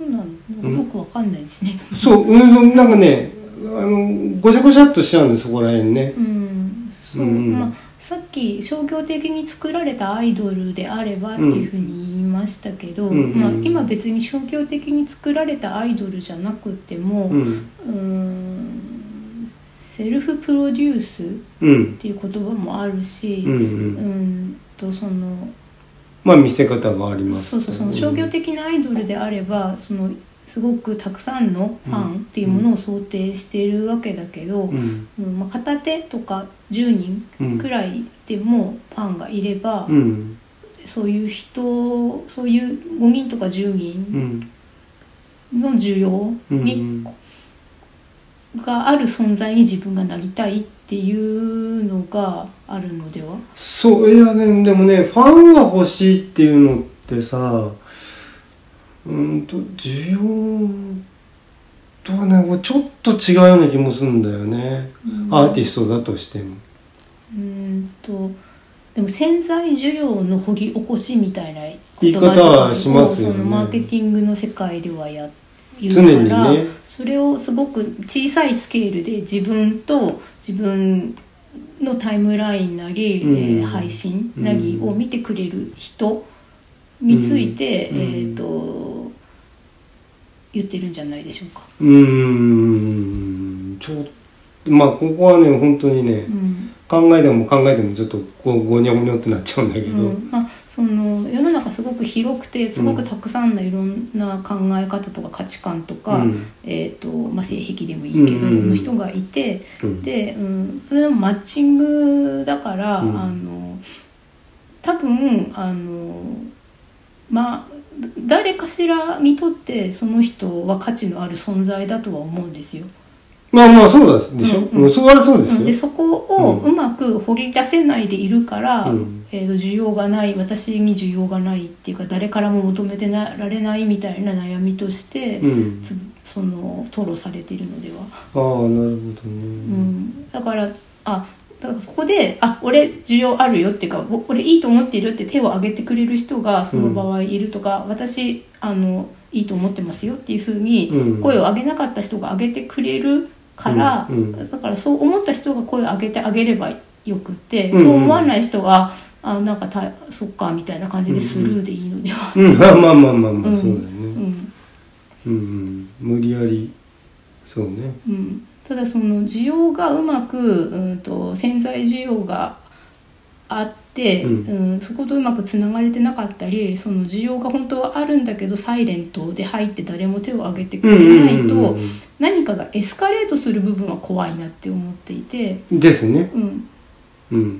A: うどうなの
B: うん
A: よくわかんないですね
B: そう、うん、なんかねあのごちゃごちゃっとしちゃうんですそこら辺ね
A: うんそう、
B: うん
A: まあ、さっき商業的に作られたアイドルであればっていうふうに言いましたけど、
B: うんうんうん
A: まあ、今別に商業的に作られたアイドルじゃなくても、
B: うん
A: うーんセルフプロデュースっ
B: うん
A: ていう言葉もあるし、
B: うんう
A: うんんとその
B: まあ見せ方があります
A: そうそうその商業的なアイドルであればそのすごくたくさんのファンっていうものを想定しているわけだけど、
B: うん
A: うんまあ、片手とか10人
B: うん
A: くらいでもファンがいれば、
B: うん
A: そういう人そういう5人とか10
B: う
A: 人
B: ん
A: の需要に、
B: うん
A: がある存在に自分がなりたいっていうのがあるのでは
B: そういやねでもねファンが欲しいっていうのってさうんと需要とはねちょっと違うような気もするんだよねアーティ
A: ス
B: ストだとしても
A: トうんとでも潜在需要の掘り起こしみたいな
B: 言い方はしますよね
A: そのマーケティングの世界ではや言
B: 常に
A: うから、
B: ね
A: それをすごく小さいスケールで自分と自分のタイムラインなり、
B: うん
A: えー配信なりを見てくれる人について、
B: うん
A: えー、と言ってるんじゃないでしょうか。
B: うーんちょっとまあここはね本当にね
A: うん
B: 考えても考えてもちょっとこうゴニョゴニョってなっちゃうんだけど、
A: うんまあ、その世の中すごく広くてすごくたくさんのいろんな考え方とか価値観とか、
B: うん
A: えーとまあ、性癖でもいいけど、
B: うんうんうん
A: の人がいて、
B: うん
A: で、うん、それでもマッチングだから、
B: うん
A: あの多分あのまあ誰かしらにとってその人は価値のある存在だとは思うんですよ。
B: まあまあそうですでしょ、
A: う
B: うんん
A: うん
B: それはそうです
A: うん
B: よ、
A: でそこをうまく掘り出せないでいるから、
B: うん
A: えーと需要がない私に需要がないっていうか誰からも求めてなられないみたいな悩みとして、
B: うん、
A: つその吐露されているのでは、
B: ああなるほどね、
A: うん、だからあだからそこで「あ俺需要あるよ」っていうかお「俺いいと思っている」って手を挙げてくれる人がその場合いるとか「私あのいいと思ってますよ」っていうふうに
B: うん
A: 声を上げなかった人が上げてくれるから、
B: うんうん
A: だからそう思った人が声を上げてあげればよくって、
B: うんうん
A: そう思わない人は「あなんかたそっか」みたいな感じでスルーでいいのでは。
B: うん、まあまあまあまあまあ、
A: うん
B: そうだよね、
A: うん
B: うんうん、無理やりそうね
A: うん、ただその需要がうまく、うん、と潜在需要があって、う
B: うんん
A: そことうまくつながれてなかったりその需要が本当はあるんだけどサイレントで入って誰も手を挙げてくれないと、何かがエスカレートする部分は怖いなって思っていて。
B: ですね
A: うん、
B: うん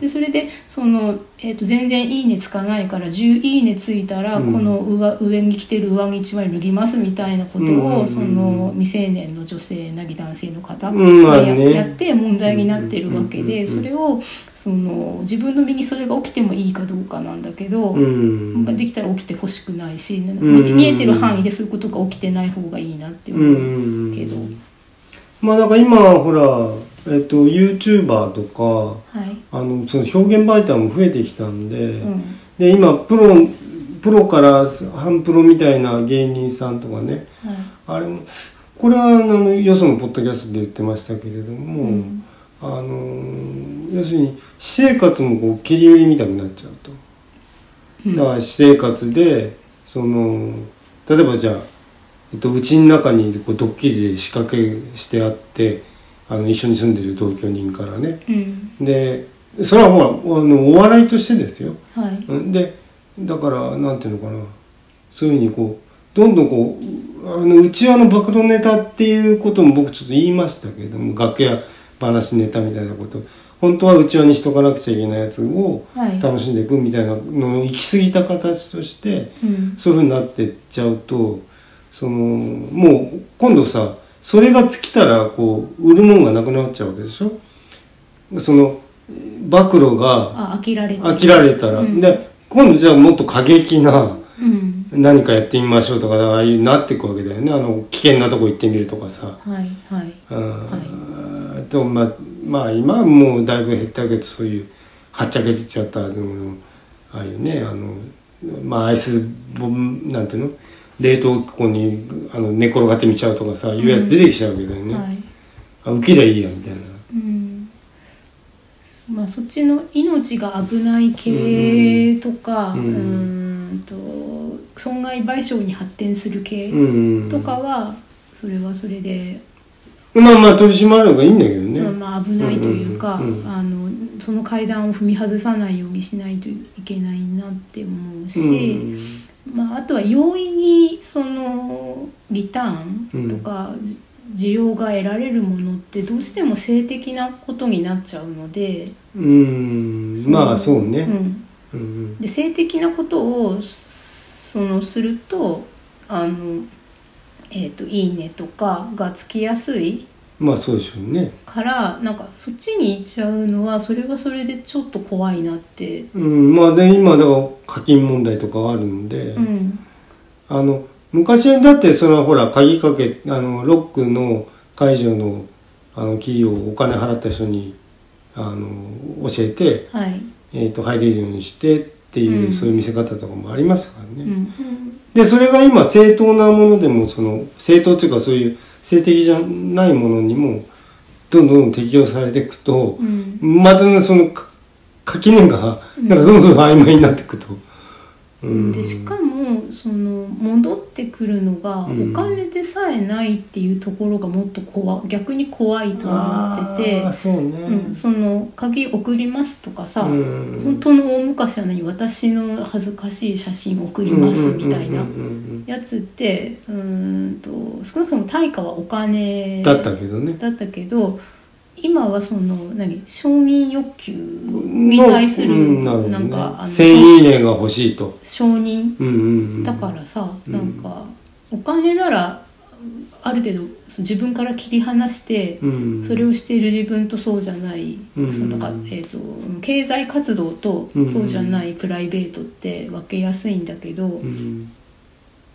A: でそれでその、えー、と全然「いいね」つかないから10「いいね」ついたら、
B: うん
A: この上上に着てる上着一枚脱ぎますみたいなことを、
B: うんうんうん
A: その未成年の女性なぎ男性の方が
B: うんまあ
A: や,、
B: ね
A: やって問題になってるわけで、
B: うんうんうんうん
A: それをその自分の身にそれが起きてもいいかどうかなんだけど、
B: うん
A: できたら起きてほしくないし、
B: んうんうん
A: 見えてる範囲でそういうことが起きてない方がいいなって
B: うん
A: 思う。
B: うんうん
A: けど
B: まあなんか今ほらえっと YouTuber とか
A: はい
B: あのその表現媒体も増えてきたんで、
A: うん
B: で今プロプロから半プロみたいな芸人さんとかね
A: はい
B: あれもこれはあのよそのポッドキャストで言ってましたけれども、
A: うん
B: あの要するに私生活もこう切り売りみたいになっちゃうと。
A: うん
B: だから私生活でその例えばじゃあ、えっと、うちの中にこうドッキリで仕掛けしてあってあの一緒に住んでる同居人からね
A: うん
B: でそれはほらあのお笑いとしてですよ
A: はい
B: うんでだからなんていうのかなそういうふうにこうどんどんこううあのうちわの暴露ネタっていうことも僕ちょっと言いましたけれども楽屋話ネタみたいなこと本当はうちわにしとかなくちゃいけないやつを
A: はい
B: 楽しんでいくみたいなのを行き過ぎた形として
A: うん
B: そういうふうになってっちゃうとそのもう今度さそれが尽きたらこう売るもんがなくなっちゃうわけでしょその暴露が
A: あ飽きられてる
B: 飽きられたら、
A: うん
B: で今度じゃあもっと過激な
A: うん
B: 何かやってみましょうとかああいうなっていくわけだよねあの危険なとこ行ってみるとかさ、
A: はいはい
B: うんとまあまあ今はもうだいぶ減ったけどそういうはっちゃけちゃったのもああいうねあのまあアイスボムなんていうの冷凍庫にあの寝転がってみちゃうとかさ、いうやつ出てきちゃうわけだよね、
A: はい
B: あ受けりゃいいやみたいな
A: うんまあそっちの命が危ない系とかう
B: うんんうん
A: と損害賠償に発展する系
B: うん
A: とかはそれはそれで、
B: まあまあ取り締まるのがいいんだけどね、
A: まあ、まあ危ないというか、
B: うんうんうんうん
A: あのその階段を踏み外さないようにしないといけないなって思うし。まあ、あとは容易にそのリターンとか、じ需要が得られるものってどうしても性的なことになっちゃうので
B: うん、うん、
A: の
B: まあそうね、
A: ん
B: うん
A: で性的なことをそのするとあの、えーと「いいね」とかがつきやすい
B: まあそうでしょうね。
A: からなんかそっちに行っちゃうのはそれはそれでちょっと怖いなって。
B: うん、まあで今だから課金問題とかあるんで、
A: うん
B: あの昔だってそのほら鍵かけあのロックの解除のあのキーをお金払った人にあの教えて、
A: はい
B: えー、と入れるようにしてっていう、
A: うん
B: そういう見せ方とかもありましたからね。
A: うん
B: でそれが今正当なものでもその正当っていうかそういう性的じゃないものにもどんどんどん適用されていくと
A: う、ん
B: またねそのか垣根がなんかどんどん曖昧になっていくと、うん
A: でしかもその戻ってくるのが
B: う
A: お
B: ん
A: 金でさえないっていうところがもっと怖逆に怖いと思ってて
B: あー、そうね、
A: うん、その「鍵送ります」とかさ、
B: うん
A: 本当の大昔なのに私の恥ずかしい写真送りますみたいな
B: うんうんうん
A: やつってうーんと少なくとも対価はお
B: う
A: 金
B: んだったけどね
A: だったけど今はその何承認欲求に対する、
B: うん
A: な
B: るほどね
A: んかあの
B: 1000いいねが欲しいと、
A: 承認
B: うんうんうん
A: だからさ、
B: うん
A: なんかお金ならある程度そう自分から切り離して、
B: うん
A: それをしている自分とそうじゃない、
B: うん
A: そのかえー、と経済活動とそうじゃないプライベートって分けやすいんだけど、
B: うん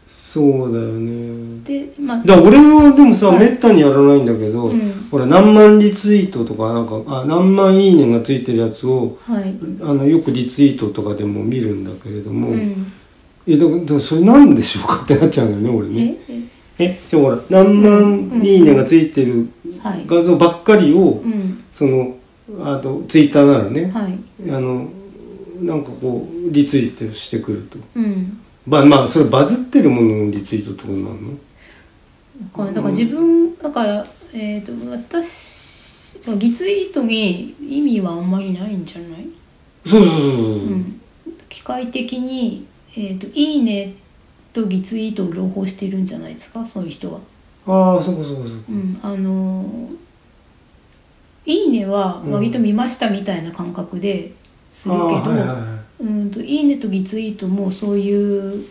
B: そうだよね
A: でまあ
B: だから俺はでもさ、
A: はい
B: めったにやらないんだけど、
A: うん
B: ほら何万リツイートとかなんかあ何万いいねがついてるやつを
A: はい、
B: あのよくリツイートとかでも見るんだけれども、
A: うん、
B: えだからだからそれなんでしょうかってなっちゃうよね俺ね
A: ええ
B: えじゃあほら何万いいねがついてる
A: はい、
B: 画像ばっかりを
A: うん、
B: そのあとツイッターならね、
A: はい、
B: あのなんかこうリツイートしてくると
A: うん、
B: まあまあそれバズってるもののリツイートってことなの
A: だからだから自分だからえっ、と私リツイートに意味はあんまりないんじゃない？
B: そうそうそうそう、
A: うん、機械的にえっ、といいねとリツイートを両方してるんじゃないですか？そういう人は。
B: ああそうかそうかそうか
A: うん、あのーいいねは割と見ましたみたいな感覚でするけど、
B: あーはいはいはい
A: うんといいねとリツイートもそういう、うん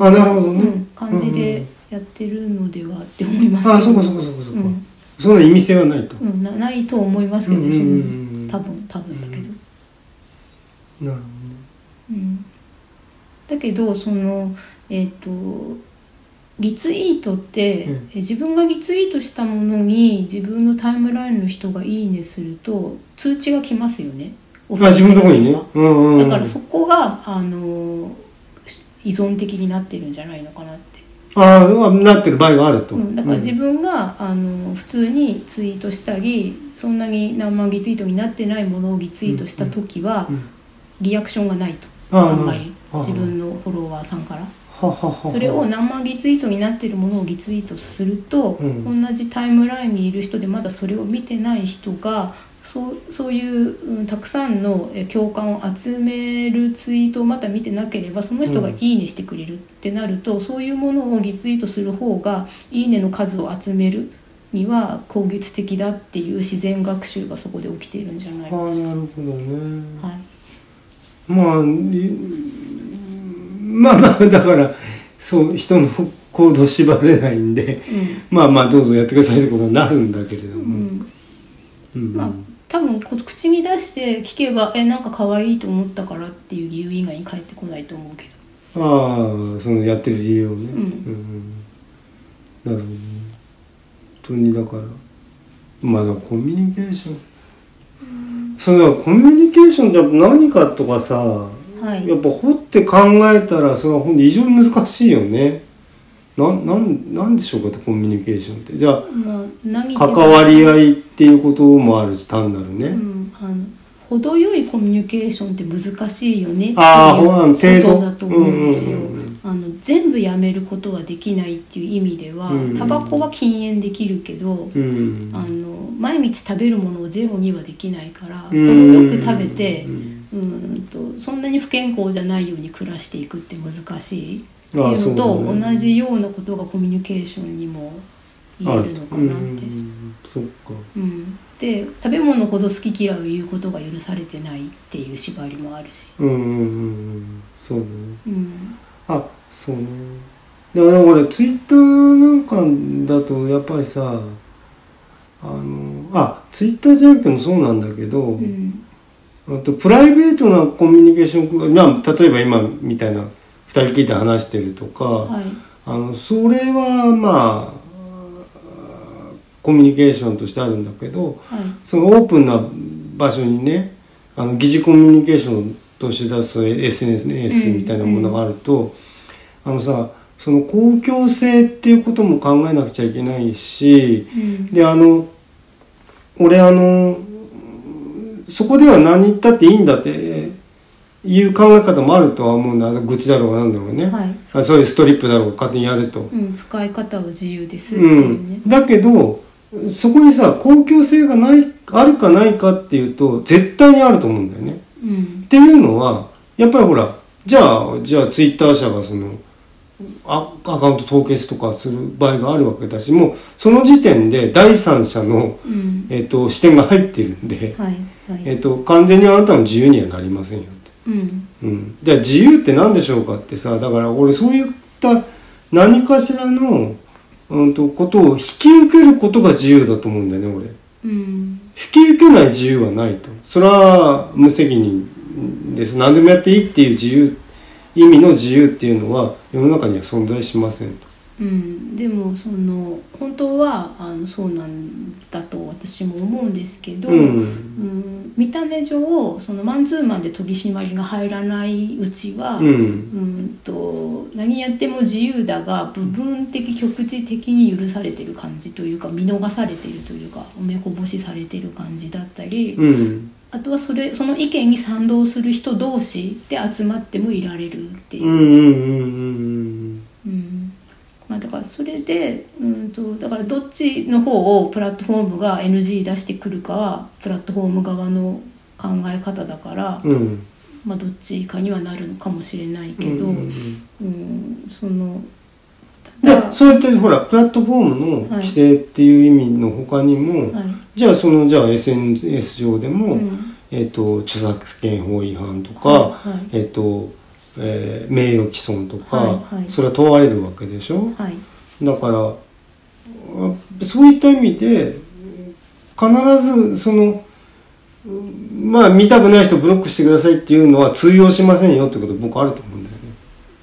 B: あなるほどね
A: うん感じでやってるのではって思います
B: ああそうかそうかそうかそうか、
A: うん
B: そんな意味性はないと、
A: うん、なないと思いますけどね、
B: うんうんうんうん
A: その多分多分だけど、
B: なるほ
A: うん、だけどそのえっ、とリツイートって、
B: うん
A: え自分がリツイートしたものに自分のタイムラインの人が「いいね」すると通知が来ますよね
B: どねあ自分のとこにね、うんうんうん、
A: だからそこがあのし依存的になってるんじゃないのかなって、
B: あーあなってる場合があると、
A: うん、だから自分が、あの普通にツイートしたりそんなに何万リツイートになってないものをリツイートした時は、
B: うんうん
A: リアクションがないと
B: あー
A: あんまり
B: あー
A: 自分のフォロワーさんから
B: ははは
A: それを何万リツイートになってるものをリツイートすると、
B: うん
A: 同じタイムラインにいる人でまだそれを見てない人がそうそういう、うんたくさんのえ共感を集めるツイートをまた見てなければその人が
B: うん
A: 「いいね」してくれるってなると、そういうものをリツイートする方が「いいね」の数を集めるには攻撃的だっていう自然学習がそこで起きているんじゃない
B: ああ
A: です
B: なるほどね、
A: か。はい
B: まあいまあまあだからそう人の行動縛れないんで
A: う
B: まあまあどうぞやってくださいってことになるんだけれ
A: ん
B: ども、
A: うん
B: うん
A: まあ多分こう口に出して聞けば「えなんか可愛いと思ったから」っていう理由以外に返ってこないと思うけど
B: ああそのやってる理由をね、
A: うん
B: うんなるほどね本当にだからまあだからコミュニケーション、そのコミュニケーションってやっぱ何かとかさ
A: はい
B: やっぱ掘って考えたらそれはほんと異常に難しいよねなんなんなんでしょうかってコミュニケーションってじゃあ
A: まあ何
B: 関わり合
A: い、
B: いっていうこともあるし単なるね、
A: うん、あの程よいコミュニケーションって難しいよねっていう
B: あーほん程度
A: ことだと思うんですよ、
B: うんうんうんうん
A: あの全部やめることはできないっていう意味では、
B: うん
A: タバコは禁煙できるけど、
B: うん
A: あの毎日食べるものをゼロにはできないから程
B: うん
A: よく食べて
B: うん
A: うんとそんなに不健康じゃないように暮らしていくって難しいって
B: ああ
A: いうの
B: そうだ
A: と
B: ね
A: 同じようなことがコミュニケーションにも言えるのかな
B: うんう
A: っ
B: んう
A: て。
B: んそっか
A: うん、で食べ物ほど好き嫌いを言うことが許されてないっていう縛りもあるし。
B: うんうんうんうんそうね
A: うん
B: あそうねだから俺ツイッターなんかだとやっぱりさあのあツイッターじゃなくてもそうなんだけど、
A: うん
B: あとプライベートなコミュニケーション、まあ、例えば今みたいな2人きりで話してるとか、
A: はい
B: あのそれはまあコミュニケーションとしてあるんだけど
A: はい
B: そのオープンな場所にねあの疑似コミュニケーションとして出すそういう SNS ね S みたいなものがあると、あのさその公共性っていうことも考えなくちゃいけないし、
A: うん
B: であの俺あのそこでは何言ったっていいんだっていう考え方もあるとは思うんだあの愚痴だろうがなんだろうね、
A: はい
B: あそういうストリップだろうが勝手にやると、
A: うん、使い方は自由ですって
B: う
A: いうね
B: ん、。だけどそこにさ公共性がないあるかないかっていうと絶対にあると思うんだよね
A: うん
B: っていうのはやっぱりほらじゃあじゃあツイッター社がそのあアカウント凍結とかする場合があるわけだしもうその時点で第三者の
A: うん
B: えっと視点が入ってるんで、
A: はいは
B: えっ
A: い
B: と完全にあなたの自由にはなりませんよって、
A: うん
B: うん、じゃあ自由って何でしょうかってさだから俺そういった何かしらの、ううんとことを引き受けることが自由だと思うんだよね俺
A: うん
B: 引き受けない自由はないとそれは無責任です何でもやっていいっていう自由意味の自由っていうのは世の中には存在しませんと
A: うん、でもその本当はあのそうなんだと私も思うんですけど、
B: うん
A: うん見た目上そのマンツーマンで取り締まりが入らないうちは、
B: う
A: うん
B: ん
A: と何やっても自由だが部分的局地的に許されてる感じというか見逃されてるというかおめこぼしされてる感じだったり、
B: うん
A: あとはそれその意見に賛同する人同士で集まってもいられるっていう
B: うんうんうん
A: うんまあ、だからそれでうんとだからどっちの方をプラットフォームが NG 出してくるかはプラットフォーム側の考え方だから、
B: うんうん
A: まあ、どっちかにはなるのかもしれないけど、う
B: うんんうんうん
A: その
B: で
A: ただ
B: そうやってほらプラットフォームの規制っていう意味の他にも、
A: はい
B: じゃあそのじゃあ SNS 上でも、
A: うん
B: えっと著作権法違反とか、
A: はいはい
B: えっとえー名誉毀損とか、
A: はいはい
B: それは問われるわけでしょ
A: はい
B: だからあそういった意味で必ずそのうんまあ見たくない人ブロックしてくださいっていうのは通用しませんよってこと僕あると思うんだよね。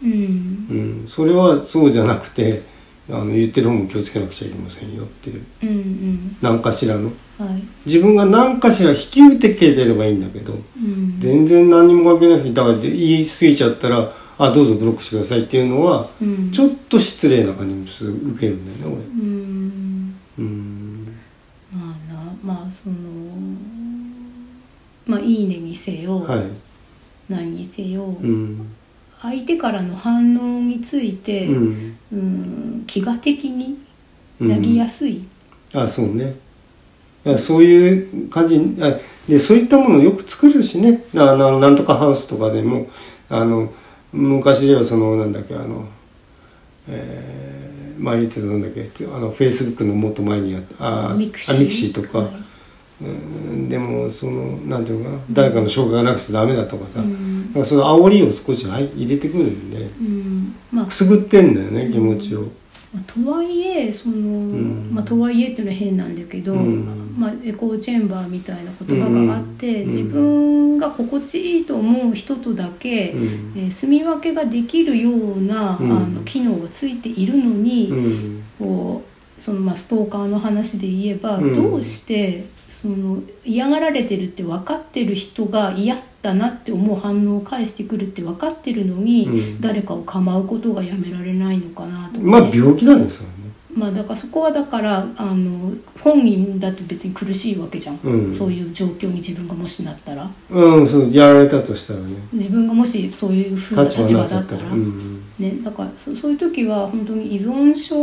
A: うん
B: うん、それはそうじゃなくてあの言ってる方も気をつけなくちゃいけませんよっていう
A: うんうん
B: 何かしらの
A: はい
B: 自分が何かしら引き受けてればいいんだけど
A: うん
B: 全然何にも関係なくてだから言い過ぎちゃったら「あどうぞブロックしてください」っていうのは
A: うん
B: ちょっと失礼な感じもする受けるんだよね
A: うん
B: 俺うん
A: まあなまあそのまあいいねにせよ、
B: はい
A: 何にせよ、
B: うん
A: 相手からの反応について、
B: う
A: うん
B: ん
A: 飢餓的に
B: うん
A: なりやすい、
B: あそうねいやそういう感じにあでそういったものをよく作るしねなななんとかハウスとかでもあの昔ではそのなんだっけあの、えー、まあ言ってたなんだっけつあのフェイスブックのもっと前にやったあ
A: ミクシー
B: あミクシーとか、
A: はい
B: うんでもそのなんていうのかな、誰かの障害がなくちゃダメだとか
A: う
B: さ、だ
A: ん
B: からその煽りを少しはい入れてくるんで
A: うんまあ
B: く、すぐってんだよね気持ちを。
A: まあとはいえその、
B: ん
A: まあ、とはいえっていうのは変なんだけど、
B: うん
A: まあ、エコーチェンバーみたいな言葉があって、
B: うん
A: 自分が心地いいと思う人とだけ、
B: うん
A: えー住み分けができるような、
B: うん
A: あの機能がついているのに、
B: うん
A: こうそのまあストーカーの話で言えば、
B: うん
A: どうしてその嫌がられてるって分かってる人が嫌だなって思う反応を返してくるって分かってるのに、
B: うん
A: 誰かを構うことがやめられないのかなとかね、
B: まあ病気なんですよね。
A: まあだからそこはだからあの本人だって別に苦しいわけじゃん、
B: うん
A: そういう状況に自分がもしなったら
B: うん、そうやられたとしたらね
A: 自分がもしそういうふうな
B: 立場
A: 立
B: にな
A: 場
B: っちゃ
A: だ
B: っ
A: ったた
B: ら
A: ら。
B: うん
A: ね、だからそそういう時は本当に依存症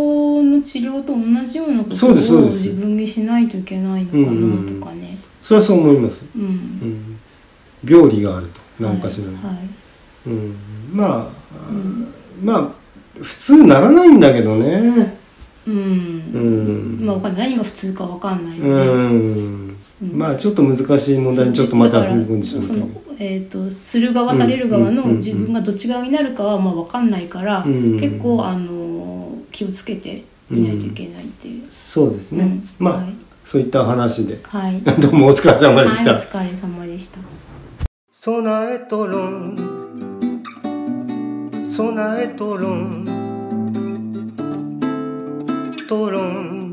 A: の治療と同じようなこ
B: そ
A: と
B: うですそ
A: を
B: うです
A: 自分にしないといけないのかなとかね。
B: それはそう思います、
A: うん
B: うん、病理があると何かしらの、
A: はいはい
B: うん、まあ、
A: うん
B: まあ普通ならないんだけどね
A: う
B: うんん、
A: まあわかんない何が普通かわかんない
B: うん
A: ので、うん
B: まあちょっと難しい問題にちょっとまた踏み込んでしまった
A: そ
B: け
A: の
B: ど、
A: えー、とする側される側の
B: うんうんうん
A: 自分がどっち側になるかはまあわかんないから、
B: うん
A: 結構、あのー気をつけていないといけないっていう。
B: そうですね、
A: うん
B: まあ、
A: はい
B: そういった話で
A: はい、
B: どうもお疲れ様
A: はい、お
B: でした、
A: 疲れ様でした。
B: 備えとろん備えとろんとろん